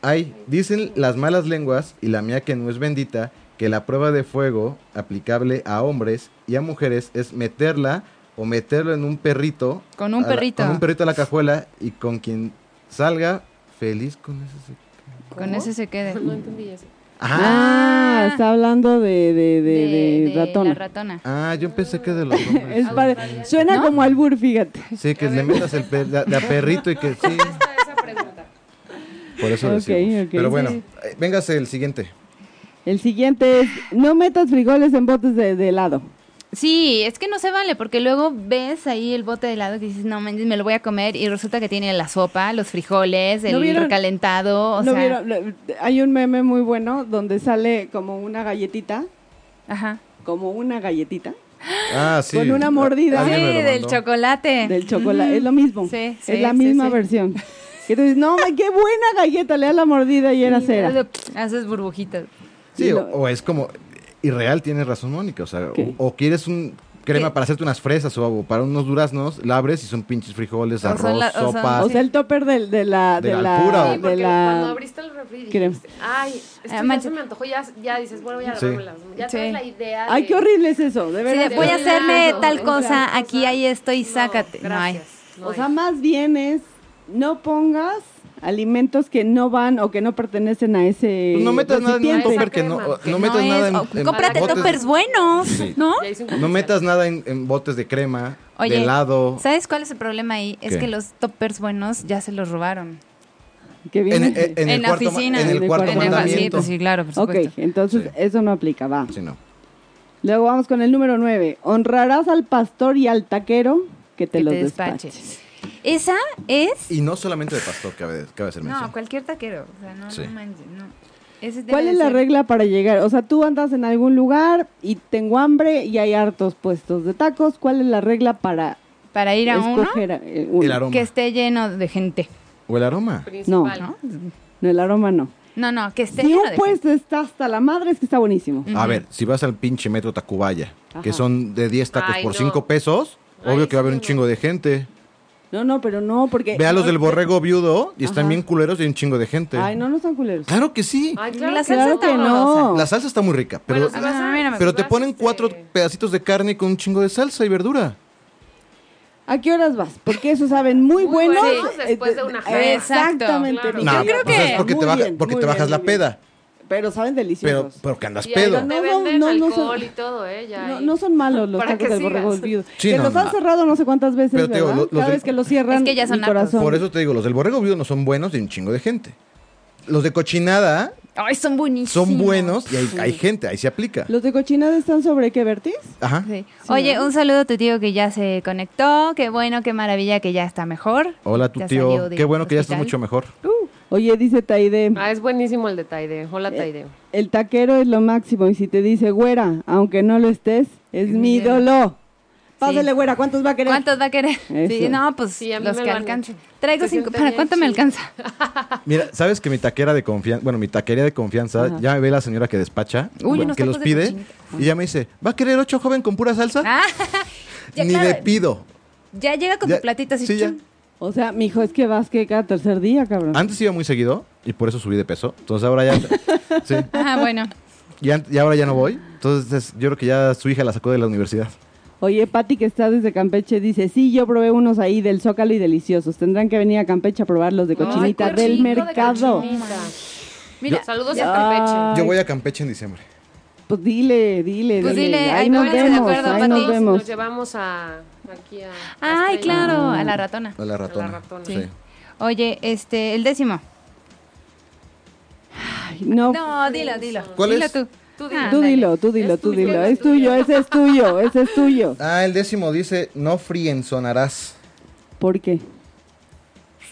C: ay, dicen las malas lenguas y la mía que no es bendita, que la prueba de fuego aplicable a hombres y a mujeres es meterla o meterlo en un perrito.
B: Con un
C: a la-
B: perrito.
C: con un perrito a la cajuela y con quien salga feliz con ese... se-
B: Con ese se quede.
D: *laughs* No entendí eso.
C: Ajá.
E: Ah, está hablando de, de, de, de Ah, ratona.
B: La ratona.
C: Ah, yo pensé que de
E: *laughs*
C: los hombres.
E: Es padre. Suena
B: ¿No?
E: como albur, fíjate.
C: Sí, que le metas el per- la- la perrito y que sí.
D: Esta- Ah, Esa pregunta.
C: Por eso
E: Ok,
C: decimos.
E: ok.
C: Pero bueno,
E: Sí.
C: eh, véngase el siguiente.
E: El siguiente es, no metas frijoles en botes de, de helado.
B: Sí, es que no se vale, porque luego ves ahí el bote de helado que dices, no, manches, me lo voy a comer, y resulta que tiene la sopa, los frijoles, el
E: ¿No vieron?
B: recalentado, o
E: ¿No
B: sea...
E: vieron? Lo- Hay un meme muy bueno donde sale como una galletita,
B: Ajá.
E: como una galletita
C: Ah, sí.
E: Con una
C: A-
E: mordida.
B: Sí,
C: alguien me lo
B: del
C: mandó.
B: chocolate.
E: del chocolate. Es lo mismo.
B: Eh. Sí, sí,
E: es la
B: sí,
E: misma
B: sí.
E: versión. Que tú dices, no, hombre, qué buena galleta, le da la mordida y era cera.
B: Haces burbujitas.
C: Sí,
E: Y
C: o,
E: lo-
C: o es como. Irreal, tienes razón, Mónica. O sea, o-
E: ¿Qué?
C: o, quieres un crema
B: ¿Qué?
C: para hacerte unas fresas o, o para unos duraznos, la abres y son pinches frijoles,
B: O son
C: arroz,
B: la- o son-
C: sopa.
E: O sea, el topper del- de, la...
C: De
E: De
C: la
E: la,
C: altura,
D: Sí,
C: o-
E: de
D: porque cuando
E: la
D: abriste el refri
E: crema.
D: dijiste, ay, esto
B: Ah,
D: ya
B: mancha.
D: se me antojó, ya, ya dices, bueno, voy a
C: Sí.
D: dármelas. Ya
B: Sí.
D: tienes la idea
E: Ay,
D: de-
E: qué horrible es eso, de
B: Sí,
E: verdad.
B: de, voy a
D: Pero-
B: hacerme
D: Claro,
B: tal
D: o
B: cosa,
D: sea,
B: aquí, ahí estoy,
D: No,
B: sácate. No, hay.
D: gracias, no
E: O
D: hay.
E: sea, más bien es no pongas alimentos que no van o que no pertenecen a ese
C: Pues no metas nada en un
E: recipiente.
D: Esa
C: topper que no.
D: crema.
C: o- No metas nada en.
B: o-
C: en
B: cómprate
C: botes-
B: toppers buenos,
C: Sí.
B: ¿no?
D: Ya hice un
C: No
D: comercial.
C: metas nada en, en botes de crema,
B: Oye,
C: de helado.
B: ¿Sabes cuál es el problema ahí? Es
C: ¿Qué?
B: que los toppers buenos ya se los robaron.
E: que
C: En,
E: viene.
C: en- en el eh,
B: En la
C: cuarto, ma-
B: oficina.
C: en el
E: En el
C: cuarto
E: cuarto
B: En el- sí,
C: mandamiento.
B: pues sí, claro, por
E: ok,
B: supuesto.
E: entonces
C: Sí.
E: eso no aplica, va.
C: Sí, no.
E: Luego vamos con el número 9. Honrarás al pastor y al taquero que te
B: Que
E: los
B: te despache.
E: despaches.
B: Esa es...
C: Y no solamente de pastor, cabe, cabe hacer mención.
B: No, cualquier taquero. O sea, no,
C: Sí.
B: no manches, no. Ese debe
E: ¿Cuál
B: de
E: es la
B: ser-
E: regla para llegar? O sea, tú andas en algún lugar y tengo hambre y hay hartos puestos de tacos. ¿Cuál es la regla para
B: Para ir a uno
E: escoger eh, uno?
C: el aroma.
B: que esté lleno de gente,
C: O el aroma.
D: Principal.
B: ¿no?
E: No, el aroma no.
B: No, no, que esté
E: Si
B: lleno
E: un
B: de Mm. gente.
E: puesto está hasta la madre, es que está buenísimo.
C: A ver, si vas al pinche metro Tacubaya, que
E: Ajá.
C: son de 10 tacos
D: Ay,
C: por
D: no.
C: 5 pesos,
D: Ay,
C: obvio que va a haber
D: sí,
C: un
D: no.
C: chingo de gente.
E: No, no, pero no, porque.
C: Ve a los del borrego viudo y están
E: Ajá.
C: bien culeros y hay un chingo de gente.
E: Ay, no, no están culeros.
C: Claro que sí.
D: Ay, claro,
B: La
D: que
B: salsa
E: Claro
B: está
E: que
B: horrorosa.
E: no.
C: La salsa está muy rica, pero,
D: Bueno, si
B: Ah,
D: vas a-
B: mira,
D: si
C: pero te
D: vas,
C: ponen
D: este,
C: cuatro pedacitos de carne con un chingo de salsa y verdura.
E: ¿A qué horas vas? Porque eso saben muy,
D: Muy
E: buenos.
D: buenos después de una
B: jarra.
E: Exactamente.
D: Exacto.
E: mi
D: No,
E: querida
B: creo
E: Pati.
B: que-
C: pues es porque te,
E: Muy
C: baja-
E: bien,
C: porque
E: muy
C: te bajas
E: bien,
C: la
E: muy bien.
C: peda.
E: Pero saben
C: Pero,
E: deliciosos.
C: pero que andas
D: Y ahí
C: pedo.
D: te
E: No, no,
D: venden
E: no, no
D: alcohol
E: son-
D: y todo, ¿eh? Ya
E: No,
D: ahí.
E: no son malos los
D: Para
E: tacos
D: que
E: del borrego
D: sigas.
E: viudo.
C: Sí,
E: que
C: no,
E: los
C: no.
E: han cerrado no sé cuántas veces,
C: Pero te digo,
E: ¿verdad?
C: lo- los
E: Cada
C: del-
E: vez que los cierran,
B: Es que ya son
E: mi
B: hartos.
E: corazón.
C: Por eso te digo, los del borrego viudo no son buenos y hay un chingo de gente. Los de cochinada
B: Ay, son buenísimos.
C: son buenos y hay, hay gente, ahí se aplica.
E: ¿Los de cochinada están sobre qué, Bertis?
C: Ajá.
B: Sí.
E: Sí,
B: Oye,
E: ¿no?
B: un saludo a tu tío que ya se conectó. Qué bueno, qué maravilla que ya está mejor.
C: Hola, tu
B: Ya
C: tío.
B: salió del
C: Qué bueno que ya estás
B: hospital.
C: mucho mejor.
E: Oye, dice Taide,
D: Ah, es buenísimo el de Taide. Hola, Taide.
E: el taquero es lo máximo y si te dice, güera, aunque no lo estés, es mi
B: mi
E: ídolo. Pásale, güera, ¿cuántos va a querer?
B: ¿Cuántos va a querer?
E: Eso.
B: Sí, no, pues
D: Sí, a mí
B: los
D: me
B: que
D: lo han
B: alcancen.
D: hecho.
B: Traigo
D: Se
B: cinco.
D: siente
B: ¿Para
D: bien
B: cuánto me
D: chido.
B: alcanza?
C: Mira, ¿sabes que mi taquera de confianza, bueno, mi taquería de confianza,
E: Ajá.
C: ya me ve la señora que despacha,
B: Uy,
C: bueno,
B: unos
C: que los
B: tacos de
C: pide,
B: cochinita.
C: y ya me dice, ¿va a querer ocho joven con pura salsa?
B: Ah, ya,
C: Ni de
B: claro,
C: pido.
B: ya llega con
C: Ya-
B: tu platito así. *laughs*
C: sí, ya.
B: chum.
E: O sea, mijo, es que vas que cada tercer día, cabrón.
C: Antes iba muy seguido y por eso subí de peso. Entonces ahora ya. sí.
B: Ah, bueno.
C: Y, an- y ahora ya no voy. Entonces es- yo creo que ya su hija la sacó de la universidad.
E: Oye, Pati, que está desde Campeche, dice, sí, yo probé unos ahí del Zócalo y deliciosos. Tendrán que venir a Campeche a probar los de cochinita
D: Ay, qué
E: del
D: rico de
E: mercado.
D: cochinita.
B: Mira,
D: Saludos
E: Yo-
D: a Campeche.
E: Ay.
C: Yo voy a Campeche en diciembre.
E: Pues dile, dile,
B: Pues
E: dile.
B: dile,
E: ahí
B: ahí
E: nos
B: pónganse de
E: vemos,
B: acuerdo,
E: ahí
B: Pati.
E: nos vemos.
D: Nos llevamos a, aquí a... a
B: Ay,
D: Estrella.
B: claro, a
C: Mm.
B: la ratona.
C: A la ratona.
D: ratona.
C: Sí.
D: Sí.
B: Oye, este, el décimo.
E: Ay, No,
B: No, dilo, dilo.
C: ¿Cuál
B: dilo
C: es?
B: tú. Ah, Tú dilo.
E: tú dilo, tú dilo, tú dilo. Es tuyo, ese es tuyo, ese es tuyo.
C: Ah, el décimo dice, no frienzonarás.
E: ¿Por qué?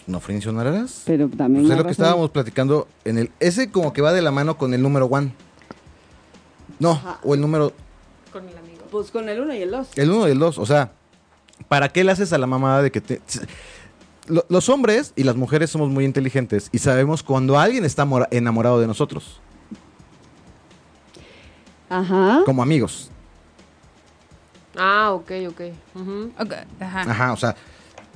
C: ¿No frienzonarás?
E: Pero también.
C: Pues es
E: la
C: lo que
E: razón.
C: estábamos platicando en el... Ese como que va de la mano con el número one. No, o el número...
D: Con el amigo.
E: Pues con el uno y el dos.
C: El uno y el dos. O sea, ¿Para qué le haces a la mamada de que te... Lo- Los hombres y las mujeres somos muy inteligentes y sabemos cuando alguien está mora- enamorado de nosotros,
E: Ajá.
C: como amigos.
D: Ah, ok, ok. Ujú.
B: Ok, Ajá.
C: Ajá, o sea,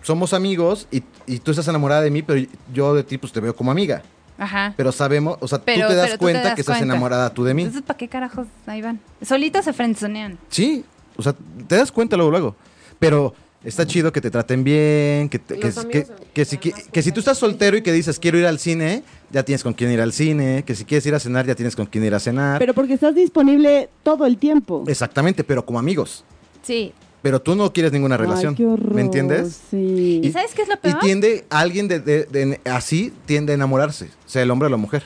C: somos amigos y, y tú estás enamorada de mí, pero yo de ti pues te veo como amiga.
B: Ajá.
C: Pero sabemos, o sea,
B: Pero-
C: tú te das
B: pero tú te
C: cuenta
B: das
C: que estás
B: cuenta.
C: enamorada tú de mí.
B: Entonces, ¿para qué carajos ahí van? Solitas se frenzonean.
C: Sí, o sea, te das cuenta luego, luego. Pero está chido que te traten bien, que, te- que,
D: Los
C: que-
D: amigos son-
C: que si, qui- que si tú estás soltero y que dices quiero ir al cine, ya tienes con quién ir al cine, que si quieres ir a cenar, ya tienes con quién ir a cenar.
E: Pero porque estás disponible todo el tiempo.
C: Exactamente, pero como amigos.
B: Sí.
C: Pero tú no quieres ninguna
E: Ay,
C: relación.
E: qué horror,
C: ¿Me entiendes?
E: Sí.
B: ¿Y sabes qué es lo
C: Y
B: peor?
C: tiende, alguien de, de- de- así tiende a enamorarse, sea el hombre o la mujer.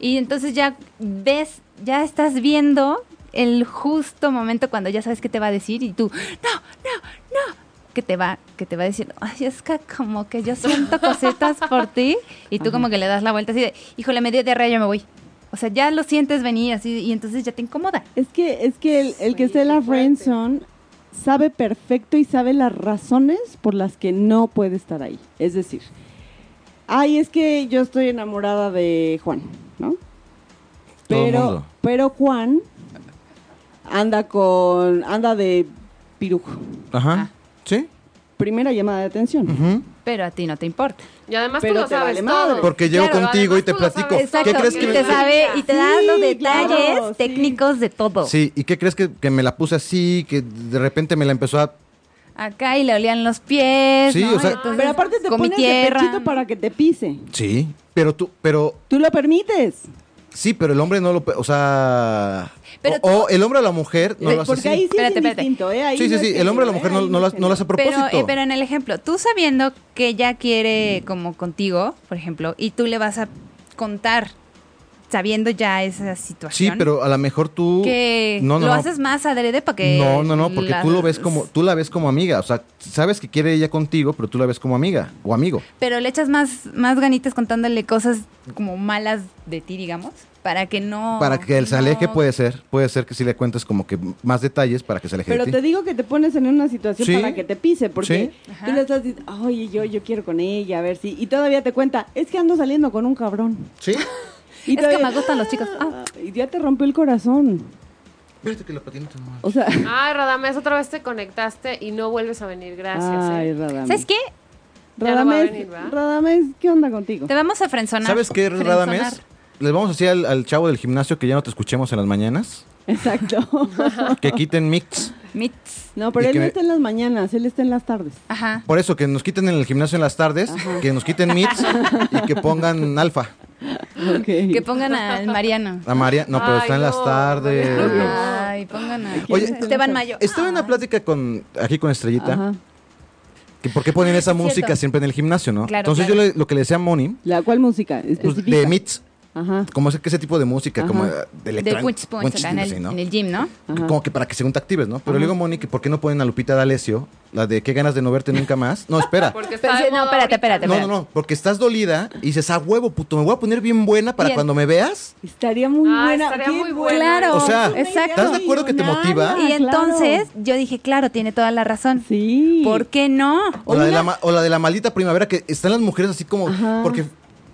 B: Y entonces ya ves, ya estás viendo el justo momento cuando ya sabes qué te va a decir y tú, no, no, no, que te va, que te va diciendo, ay, es que como que yo siento cositas por ti y tú como que le das la vuelta así de, híjole, me dio diarrea, yo me voy. O sea, ya lo sientes venir así y entonces ya te incomoda.
E: Es que, es que el, el
D: Oye,
E: que esté en la
D: qué fuerte.
E: friendzone sabe perfecto y sabe las razones por las que no puede estar ahí. Es decir, ay, es que yo estoy enamorada de Juan, ¿no?
C: Todo el
E: Pero,
C: mundo.
E: pero Juan anda con, anda de pirujo.
C: Ajá.
B: Ah.
C: ¿Sí?
E: Primera llamada de atención.
C: Ujú.
B: Pero a ti no te importa.
D: Y además
E: Pero
D: tú lo
E: te
D: sabes
E: vale madre.
D: todo.
C: Porque llego
B: Claro,
C: contigo y
D: además
C: te
D: tú lo
C: platico.
D: sabes
B: Exacto.
C: ¿Qué crees
B: y
C: que
B: te
C: me-
B: sabe y te das
E: Sí,
B: los
E: claro,
B: detalles
E: sí.
B: técnicos de todo.
C: Sí, y qué crees que, que me la puse así, que de repente me la empezó a...
B: Acá y le olían los pies.
C: Sí,
B: ¿no?
C: o sea-
B: Y entonces,
E: Pero aparte te
B: comí
E: pones de
B: tierra.
E: pechito para que te pise.
C: Sí. Pero tú, pero...
E: Tú lo permites.
C: Sí, pero el hombre no lo... pe- O sea...
B: Pero
C: o, o el hombre o la mujer no lo hace así.
E: Porque ahí sí es
B: Espérate, espérate.
E: indistinto, ¿eh? Ahí
C: sí, sí,
E: no es
C: sí.
E: que
C: El hombre o la
E: no,
C: mujer
E: ¿eh?
C: no,
E: Ahí
C: no lo, hace- no lo hace a propósito.
B: Pero, eh, pero en el ejemplo, tú sabiendo que ya quiere como contigo, por ejemplo, y tú le vas a contar, sabiendo ya esa
C: Sí,
B: situación.
C: pero a lo mejor tú...
B: Que
C: No, no,
B: lo
C: no.
B: haces más adrede para que.
C: No, no, no, porque
B: las-
C: tú lo ves como... Tú la ves como amiga. O sea, sabes que quiere ella contigo, pero tú la ves como amiga o amigo.
B: Pero le echas más, más ganitas contándole cosas como malas de ti, digamos, para que no.
C: para que pues, él se
B: no-
C: aleje puede ser. Puede ser que si le cuentes como que más detalles para que se aleje
E: Pero
C: de ti.
E: te digo que te pones en una situación
C: Sí.
E: para que te pise, porque
C: Sí.
E: tú le estás diciendo, oye, yo, yo quiero con ella, a ver si. Y todavía te cuenta, es que ando saliendo con un cabrón.
C: Sí.
E: Y
B: Es que me gustan los chicos. Ah.
E: Y ya te rompió el corazón.
C: Fíjate que la patineta no-
E: O sea.
D: Ay, Radamés, otra vez te conectaste y no vuelves a venir. Gracias.
E: Ay,
D: eh.
E: Radamés.
B: ¿Sabes qué?
D: Ya no va a
E: Radamés,
D: venir, ¿verdad?
E: Radamés, ¿qué onda contigo?
B: Te vamos a frenzonar.
C: ¿Sabes qué,
B: Frenzonar.
C: Radames? Les vamos a decir al, al chavo del gimnasio que ya no te escuchemos en las mañanas.
E: *laughs* Exacto.
C: Que quiten mix.
B: Mits.
E: No, pero
C: Y
E: él
C: que
E: no
C: me-
E: está en las mañanas, él está en las tardes.
B: Ajá.
C: Por eso, que nos quiten en el gimnasio en las tardes, que nos quiten mix y que pongan alfa.
E: Ok.
B: Que pongan al
C: *laughs*
B: Mariano.
C: A María, no, pero
D: Ay,
C: está en las
D: no,
C: tardes.
D: María.
B: Ay, pongan a
E: Oye,
B: Esteban Mayo.
C: Estaba en una
B: Ah.
C: plática con aquí con Estrellita,
E: Ajá.
C: que por qué ponen esa
B: Cierto.
C: música siempre en el gimnasio, ¿no?
B: Claro,
C: Entonces
B: claro.
C: yo le- lo que le decía a Moni,
E: ¿La cuál música?
C: pues,
E: Específica.
C: de mix,
E: Ajá.
C: como ese, que ese tipo de música,
E: Ajá.
C: como eh, de
B: de
C: electrónica.
B: Punch Punch acá en, el,
C: así, ¿no?
B: en el gym, ¿no?
E: Ajá.
C: Como que para que según te actives, ¿no? Pero le digo a Moni que por qué no ponen a Lupita D'Alessio, la de qué ganas de no verte nunca más.
B: *laughs*
C: No, espera.
D: Porque está
B: Pero sí,
D: de
B: no,
D: moda
B: espérate,
D: ahorita.
B: espérate.
C: No, no, no, porque estás dolida y dices, a huevo, puto, me voy a poner bien buena para
B: Bien.
C: cuando me veas.
E: Estaría muy
D: Ah,
E: buena.
D: estaría
E: qué
D: muy
E: buena.
D: buena.
B: Claro,
C: O sea,
B: exacto.
C: ¿estás de acuerdo que te motiva?
E: Ah,
B: Y
E: claro.
B: entonces yo dije, claro, tiene toda la razón.
E: Sí.
B: ¿Por qué no?
C: O, la de la, ma- o la de la maldita primavera, que están las mujeres así como,
E: Ajá.
C: porque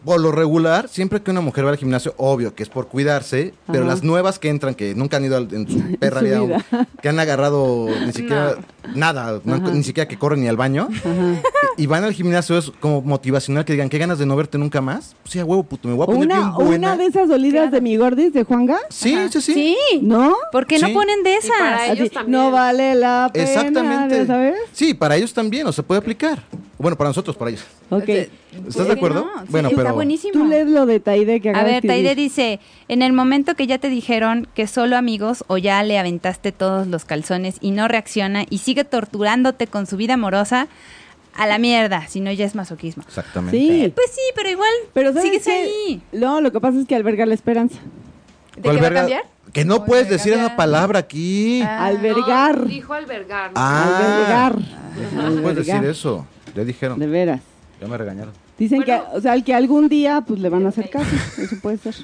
C: por lo regular, siempre que una mujer va al gimnasio, obvio que es por cuidarse, pero
E: Ajá.
C: las nuevas que entran, que nunca han ido al- en su perra
E: su
C: vida,
E: vida.
C: aún, que han agarrado ni siquiera nada, no- ni siquiera que corren ni al baño, *laughs* y, y van al gimnasio es como motivacional, que digan, qué ganas de no verte nunca más. Pues sí, a huevo, puto, me voy a
E: O
C: poner
E: una,
C: bien
E: o
C: buena.
E: una de esas dolidas de mi gordis de Juanga,
C: Sí, sí, sí.
B: Sí.
E: ¿no?
B: ¿Por qué
C: Sí.
B: no ponen de
D: Y para
B: esas?
D: ellos
E: Así,
D: también.
E: no vale la pena,
C: Exactamente.
E: ¿sabes?
C: Sí, para ellos también, o se puede aplicar. Bueno, para nosotros, para ellos.
E: Ok.
C: ¿Estás de acuerdo? Bueno,
B: bueno,
C: pero-
B: Está buenísimo.
E: Tú lees lo de Taide que
B: A
E: acaba de
B: ver, Taide
E: escribir.
B: dice, en el momento que ya te dijeron que solo amigos o ya le aventaste todos los calzones y no reacciona y sigue torturándote con su vida amorosa, a la mierda, si no ya es masoquismo.
C: Exactamente.
E: Sí.
B: Pues sí, pero igual
E: Pero ¿sabes
B: sigues
E: qué?
B: ahí.
E: No, lo que pasa es que alberga la esperanza.
B: ¿De
C: ¿Cuál
B: qué va a
C: verga?
B: cambiar?
C: Que no
B: Oye,
C: puedes
B: verga,
C: decir una
B: ya.
C: palabra aquí.
B: Ah.
E: Albergar.
D: No, dijo albergar. ¿no?
C: Ah. Pues
E: Albergar.
C: no puedes
E: Albergar.
C: decir eso. Ya dijeron.
E: De veras.
C: Ya me regañaron.
E: Dicen
D: Bueno.
E: que, o sea, que algún día pues le van a hacer caso. Eso puede ser.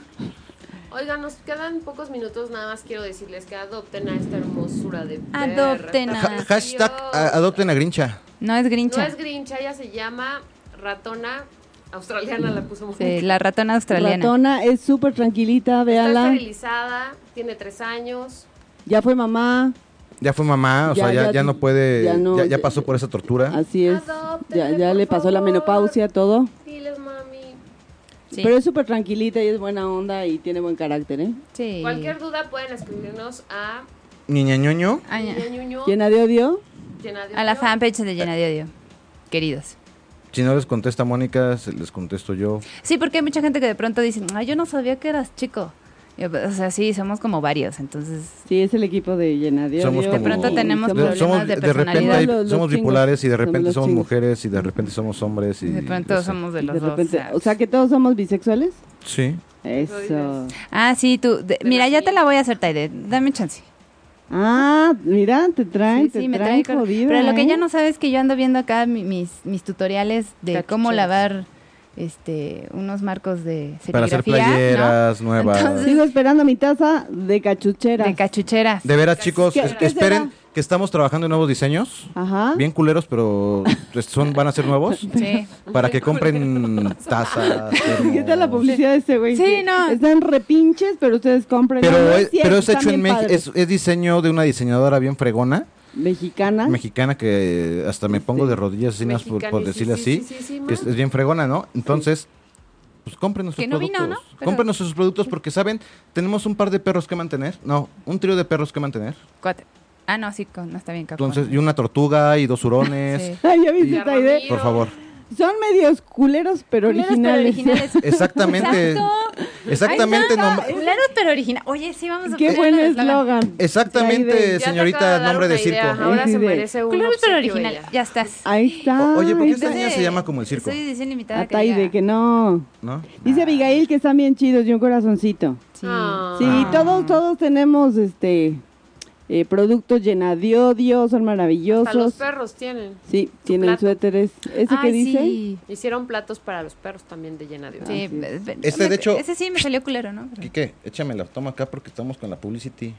D: Oigan, nos quedan pocos minutos, nada más quiero decirles que adopten a esta hermosura de perra.
B: Adopten a-
D: Está
C: Ha- hashtag
D: preciosa.
E: ah,
C: a- adopten a Grincha.
B: No es
D: No
B: grincha.
D: es grincha, ella se llama ratona australiana, la puso muy
B: Sí, la ratona australiana.
E: Ratona es súper tranquilita,
D: Está
E: véala.
D: esterilizada, tiene tres años.
E: Ya fue mamá,
C: Ya fue mamá, o
E: Ya,
C: sea, ya,
E: ya-
C: ya no puede,
E: ya
C: ya,
E: no,
C: ya
E: ya-
C: pasó por esa tortura.
E: así es. Ya,
D: Adóptenme,
E: ya le
D: por
E: pasó la
D: favor.
E: menopausia, todo.
D: Diles, mami.
B: Sí.
E: Pero es súper tranquilita y es buena onda y tiene buen carácter, ¿eh?
B: Sí.
D: Cualquier duda pueden escribirnos a
C: Niña ñoño.
B: A,
D: Ñuño,
E: Llena de odio.
D: llena de
B: Ah, a la
D: odio.
B: fanpage de Llena de Odio. Queridos.
C: Si no les contesta Mónica, se les contesto yo.
B: Sí, porque hay mucha gente que de pronto dice, ay, yo no sabía que eras chico. Y, pues, o sea, sí, somos como varios, entonces...
E: Sí, es el equipo de Llena de
C: Somos
E: odio.
C: como- De
B: pronto tenemos
E: Y
C: De-
B: problemas
C: somos
B: de
C: repente
B: personalidad.
C: hay-
E: Los- los
C: somos
E: chingos.
C: bipolares y de
E: Somos
C: repente
E: los
C: somos
E: chingos.
C: mujeres y de repente somos hombres y
B: De pronto
C: ese-
B: somos de los
E: De
B: dos.
E: repente,
B: ¿sabes?
E: o sea, que todos somos bisexuales.
C: Sí.
E: Eso.
B: Ah, sí, tú. de- mira,
D: la
B: ya te
D: mía.
B: la voy a hacer, Taide. Dame chance.
E: Ah, mira, te traen,
B: Sí,
E: te
B: sí, me
E: traen
B: trae cor-
E: jodida,
B: Pero lo que
E: ¿eh?
B: ya no sabes es que yo ando viendo acá mi- mis, mis tutoriales de cómo
D: Cachuchas.
B: lavar este unos marcos de serigrafía.
C: Para hacer
B: ¿no?
C: playeras nuevas.
B: Entonces-
E: Sigo esperando mi taza de cachuchera.
B: De cachucheras.
C: De veras, chicos,
E: ¿Qué-
C: es-
E: qué
C: esperen
E: será?
C: que estamos trabajando en nuevos diseños.
E: Ajá.
C: Bien culeros, pero pues, son, van a ser nuevos.
B: *laughs* Sí.
C: Para que compren tazas.
E: ¿Qué tal la
C: termos.
E: publicidad de este güey?
B: Sí, no.
E: Están repinches, pero ustedes compren.
C: Pero,
E: No, no
C: es,
E: cierto,
C: pero es
E: están
C: hecho en
E: bien
C: México,
E: padres.
C: es, es diseño de una diseñadora bien fregona,
E: Mexicana.
C: mexicana, que hasta me pongo de rodillas así, nada más por, por decirle así. que es, es bien fregona, ¿no? Entonces, pues cómprenos sus
B: Que no vino,
C: productos.
B: ¿no? Pero-
C: Cómprenos sus productos porque, ¿saben? Tenemos un par de perros que mantener. No, un trío de perros que mantener.
B: Cuatro. Ah, no, sí, con- no está bien. cabrón.
C: Entonces, y una tortuga y dos hurones.
B: Sí.
E: *laughs* Ay, ya
C: Y-
E: viste esta idea.
C: Por favor.
E: Son medios culeros, pero
B: Culeros, pero
E: originales.
B: originales. *laughs*
C: Exactamente.
B: Exacto.
C: Exactamente,
B: Ahí está,
C: nom-
B: Claro, pero original. Oye, sí, vamos a
E: Qué
B: poner
E: buen
B: el eslogan.
E: eslogan.
C: Exactamente,
D: Ya
E: Traide.
D: te acaba
C: señorita,
D: dar
C: nombre
D: una
C: de circo.
D: idea, Ahora
E: Sí,
D: se
E: sí.
D: merece un
B: Claro, pero
D: obsequio
B: original.
D: ella.
B: Ya estás.
E: Ahí está.
C: O- oye, ¿por qué esta
E: Entonces,
C: niña se llama como el circo?
B: Soy edición limitada.
E: a Taide,
B: diga-
E: que no.
C: ¿No?
E: Dice Abigail que están bien chidos y un corazoncito.
B: Sí.
D: Ah.
E: Sí, todos, todos tenemos este eh, productos llena de odio, son
D: Hasta los
E: maravillosos.
D: perros tienen.
E: Sí, tienen
D: plato.
E: suéteres. ¿Ese que
B: Ay,
E: dice?
B: Sí.
D: Hicieron platos para los perros también de llena Ah, de odio.
B: Sí,
E: Así es.
B: ve- ve-
C: Este, de
B: me-
C: hecho-
B: Ese sí me salió culero, ¿no? Pero-
C: Quique, échamela, toma acá porque estamos con la publicity.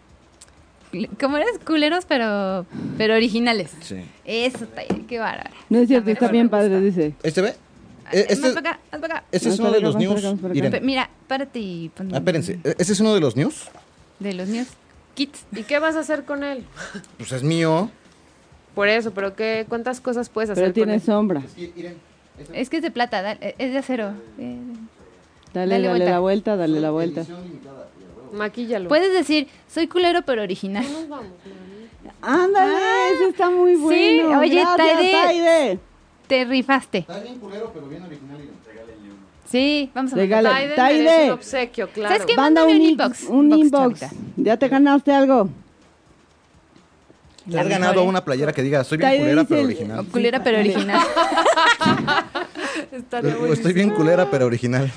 B: Como eres culeros, pero, pero originales.
C: Sí.
B: Eso, Taide, qué bárbara.
E: No es
B: También
E: cierto, está
B: me
E: bien
B: gusta.
E: padre, dice.
C: ¿Este ve?
B: Ay,
C: Eh, Este,
B: Ah, Más para acá, más para acá.
C: este es
E: Más
C: uno de
E: para
C: los
E: acá, más
C: news.
E: para acá, más para acá.
C: Irene.
B: Pe- Mira, párate y pon-
C: Ah, espérense, eh, este es uno de los news.
B: De los news. Kits.
D: ¿Y qué vas a hacer con él?
C: Pues es mío.
D: Por eso, pero qué, ¿cuántas cosas puedes hacer
E: Pero
D: con
E: tiene
D: él?
E: sombra.
B: Es que es de plata, dale, es de acero. Eh, Dale
E: Dale, dale,
B: vuelta.
E: la vuelta, dale la vuelta.
D: Maquíllalo.
B: Puedes decir, soy culero, pero original.
D: Nos vamos, mami.
E: Ándale, ese está muy
B: Ah. sí,
E: bueno.
B: oye,
E: Gracias,
B: Taide.
E: Taide.
B: Te rifaste. Sí, vamos a
E: Regala-
D: Taide
E: Dale,
D: merece
E: Taide.
D: un obsequio, claro.
B: ¿Sabes qué?
E: Manda
B: mándame
E: un
B: un
E: inbox.
B: inbox,
E: Un
B: inbox,
E: inbox.
B: chavita.
E: Ya te ganaste algo.
C: ¿Te has ganado una playera que diga, soy bien
E: Taide
C: culera
E: dice
C: pero
E: el-
C: original?
B: Culera, pero
E: *laughs*
B: original.
D: Estaría
C: O Estoy bien culera pero original.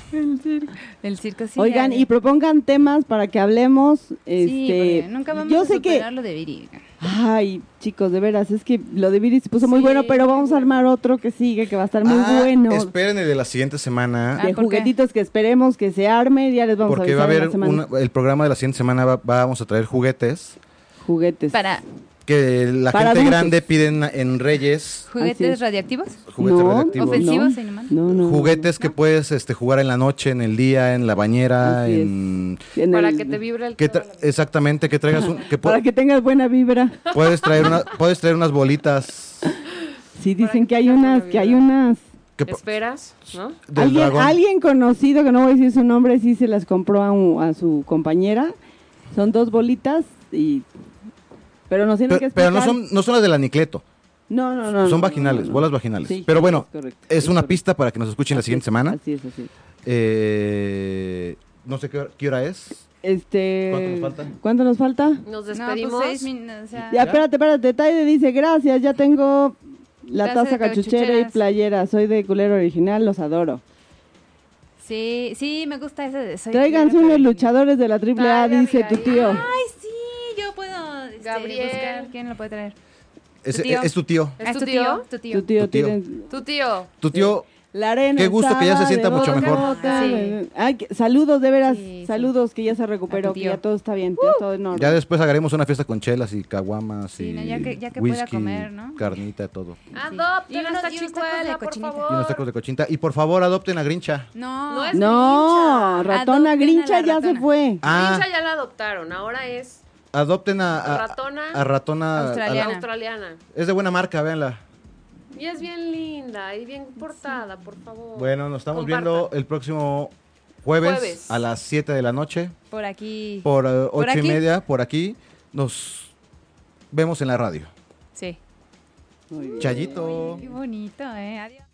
B: El circo sí.
E: Oigan,
B: dale.
E: y propongan temas para que hablemos. Este,
B: Sí, porque nunca vamos
E: yo
B: a
E: sé que
B: superar lo de Viri.
E: Ay, chicos, de veras, es que lo de Viri se puso muy
D: Sí,
E: bueno, pero vamos a armar otro que sigue, que va a estar muy
C: Ah,
E: bueno.
C: Esperen el de la siguiente semana.
B: Ah,
E: De
B: ¿por qué?
E: juguetitos que esperemos que se arme, ya les vamos
C: Porque
E: a
C: va a
E: avisar en
C: haber
E: la semana.
C: una- el programa de la siguiente semana va- vamos a traer juguetes
E: juguetes.
B: Para
C: que la
E: Para
C: gente
E: adultos.
C: grande pide en, en Reyes
E: Así
B: juguetes
E: es.
B: radioactivos.
C: juguetes
E: No,
C: radioactivos.
B: Ofensivos
E: no.
B: e inhumanos.
E: No, no, no.
C: juguetes que puedes este, jugar en la noche, en el día, en la bañera,
E: Así es.
C: en
E: En
D: Para
E: el-
D: que te vibre el
C: que
D: clavo.
C: eh, tra- exactamente que traigas un,
E: *laughs*
C: que pu-
E: para que tengas buena vibra.
C: *laughs* puedes traer una, puedes traer unas bolitas
E: Sí, dicen
D: que
E: que hay
D: tengas
E: unas,
D: buena
E: que hay
D: vibra.
E: unas.
C: que po-
D: Esperas, ¿no?
C: del
E: Alguien,
C: dragón.
E: alguien conocido, que no voy a decir su nombre, sí se las compró a, un- a su compañera. Son dos bolitas y... Pero nos tienen
C: Pero,
E: que
C: pero
E: explicar.
C: no son no son las del anicleto,
E: No, no, no.
C: son
E: no,
C: vaginales,
E: no, no.
C: bolas vaginales.
E: Sí,
C: pero bueno,
E: es correcto,
C: es,
E: es
C: una
E: correcto.
C: pista para que nos escuchen
B: Ah,
C: la
E: Así
C: siguiente
E: es,
C: semana.
E: Así es, así es.
C: Eh, no sé qué hora, qué hora es.
E: Este,
C: ¿Cuánto nos falta?
E: ¿Cuánto nos falta?
D: Nos
B: No,
D: despedimos.
B: pues seis minutos, o sea,
E: Ya, espérate, espérate. Taide dice, gracias, ya tengo la
B: Taza
E: taza
B: de
E: cachuchera y
B: cachucheras.
E: playera. Soy de culero original, los adoro.
B: Sí, sí, me gusta ese de soy
E: Tráiganse
B: culero,
E: unos
B: pero
E: luchadores de la AAA,
D: Taide,
E: dice tu
D: Abigail.
E: tío.
B: original. Ay, sí, yo puedo este,
D: Gabriel.
B: buscar quién lo puede traer.
C: Es,
B: tío.
C: es tu tío.
D: ¿Es tu tío?
B: Tu tío.
E: Tu tío,
C: Tu tío.
E: tiene-
D: Tu tío.
C: Tu tío
E: La arena.
C: Qué gusto que ya se
E: estaba
C: sienta
E: de
C: mucho
E: boca en
B: mejor.
E: boca.
B: Sí.
E: Ay, que- saludos, de veras.
B: Sí, sí.
E: saludos, que ya se
B: A
E: recuperó,
B: tu
E: que
B: tío.
E: ya todo está bien, ya todo en orden.
C: Ya después haremos una fiesta con chelas y caguamas
B: Sí,
C: y
B: no, ya que- ya que pueda
C: whisky,
B: comer, ¿no?
C: carnita, todo.
B: Y
D: Adopten a
B: unos-
D: esta
B: y unos tacos de
D: chicuela, por
B: cochinita.
C: Y unos
D: favor.
C: tacos de cochinita. Y por favor, adopten a Grincha.
B: No,
D: No es-
E: no,
B: Ah,
D: Grincha.
E: ratona
B: Adopten a la
E: grincha ya se
B: ratona.
E: fue.
C: Ah,
D: Grincha ya la adoptaron, ahora es
C: adopten a, a-
D: Ratona.
C: a ratona.
B: Australiana.
C: a-
D: australiana.
C: es de buena marca, véanla.
D: Y es bien linda y bien portada, por favor.
C: Bueno, nos estamos
D: Compartan.
C: viendo el próximo jueves,
D: Jueves.
C: a las 7 de la noche,
B: por aquí.
C: por 8
B: Por
C: y
B: aquí.
C: media, por aquí. Nos vemos en la radio.
B: Sí.
E: Muy bien.
C: Chayito.
B: Qué bonito, ¿eh? Adiós.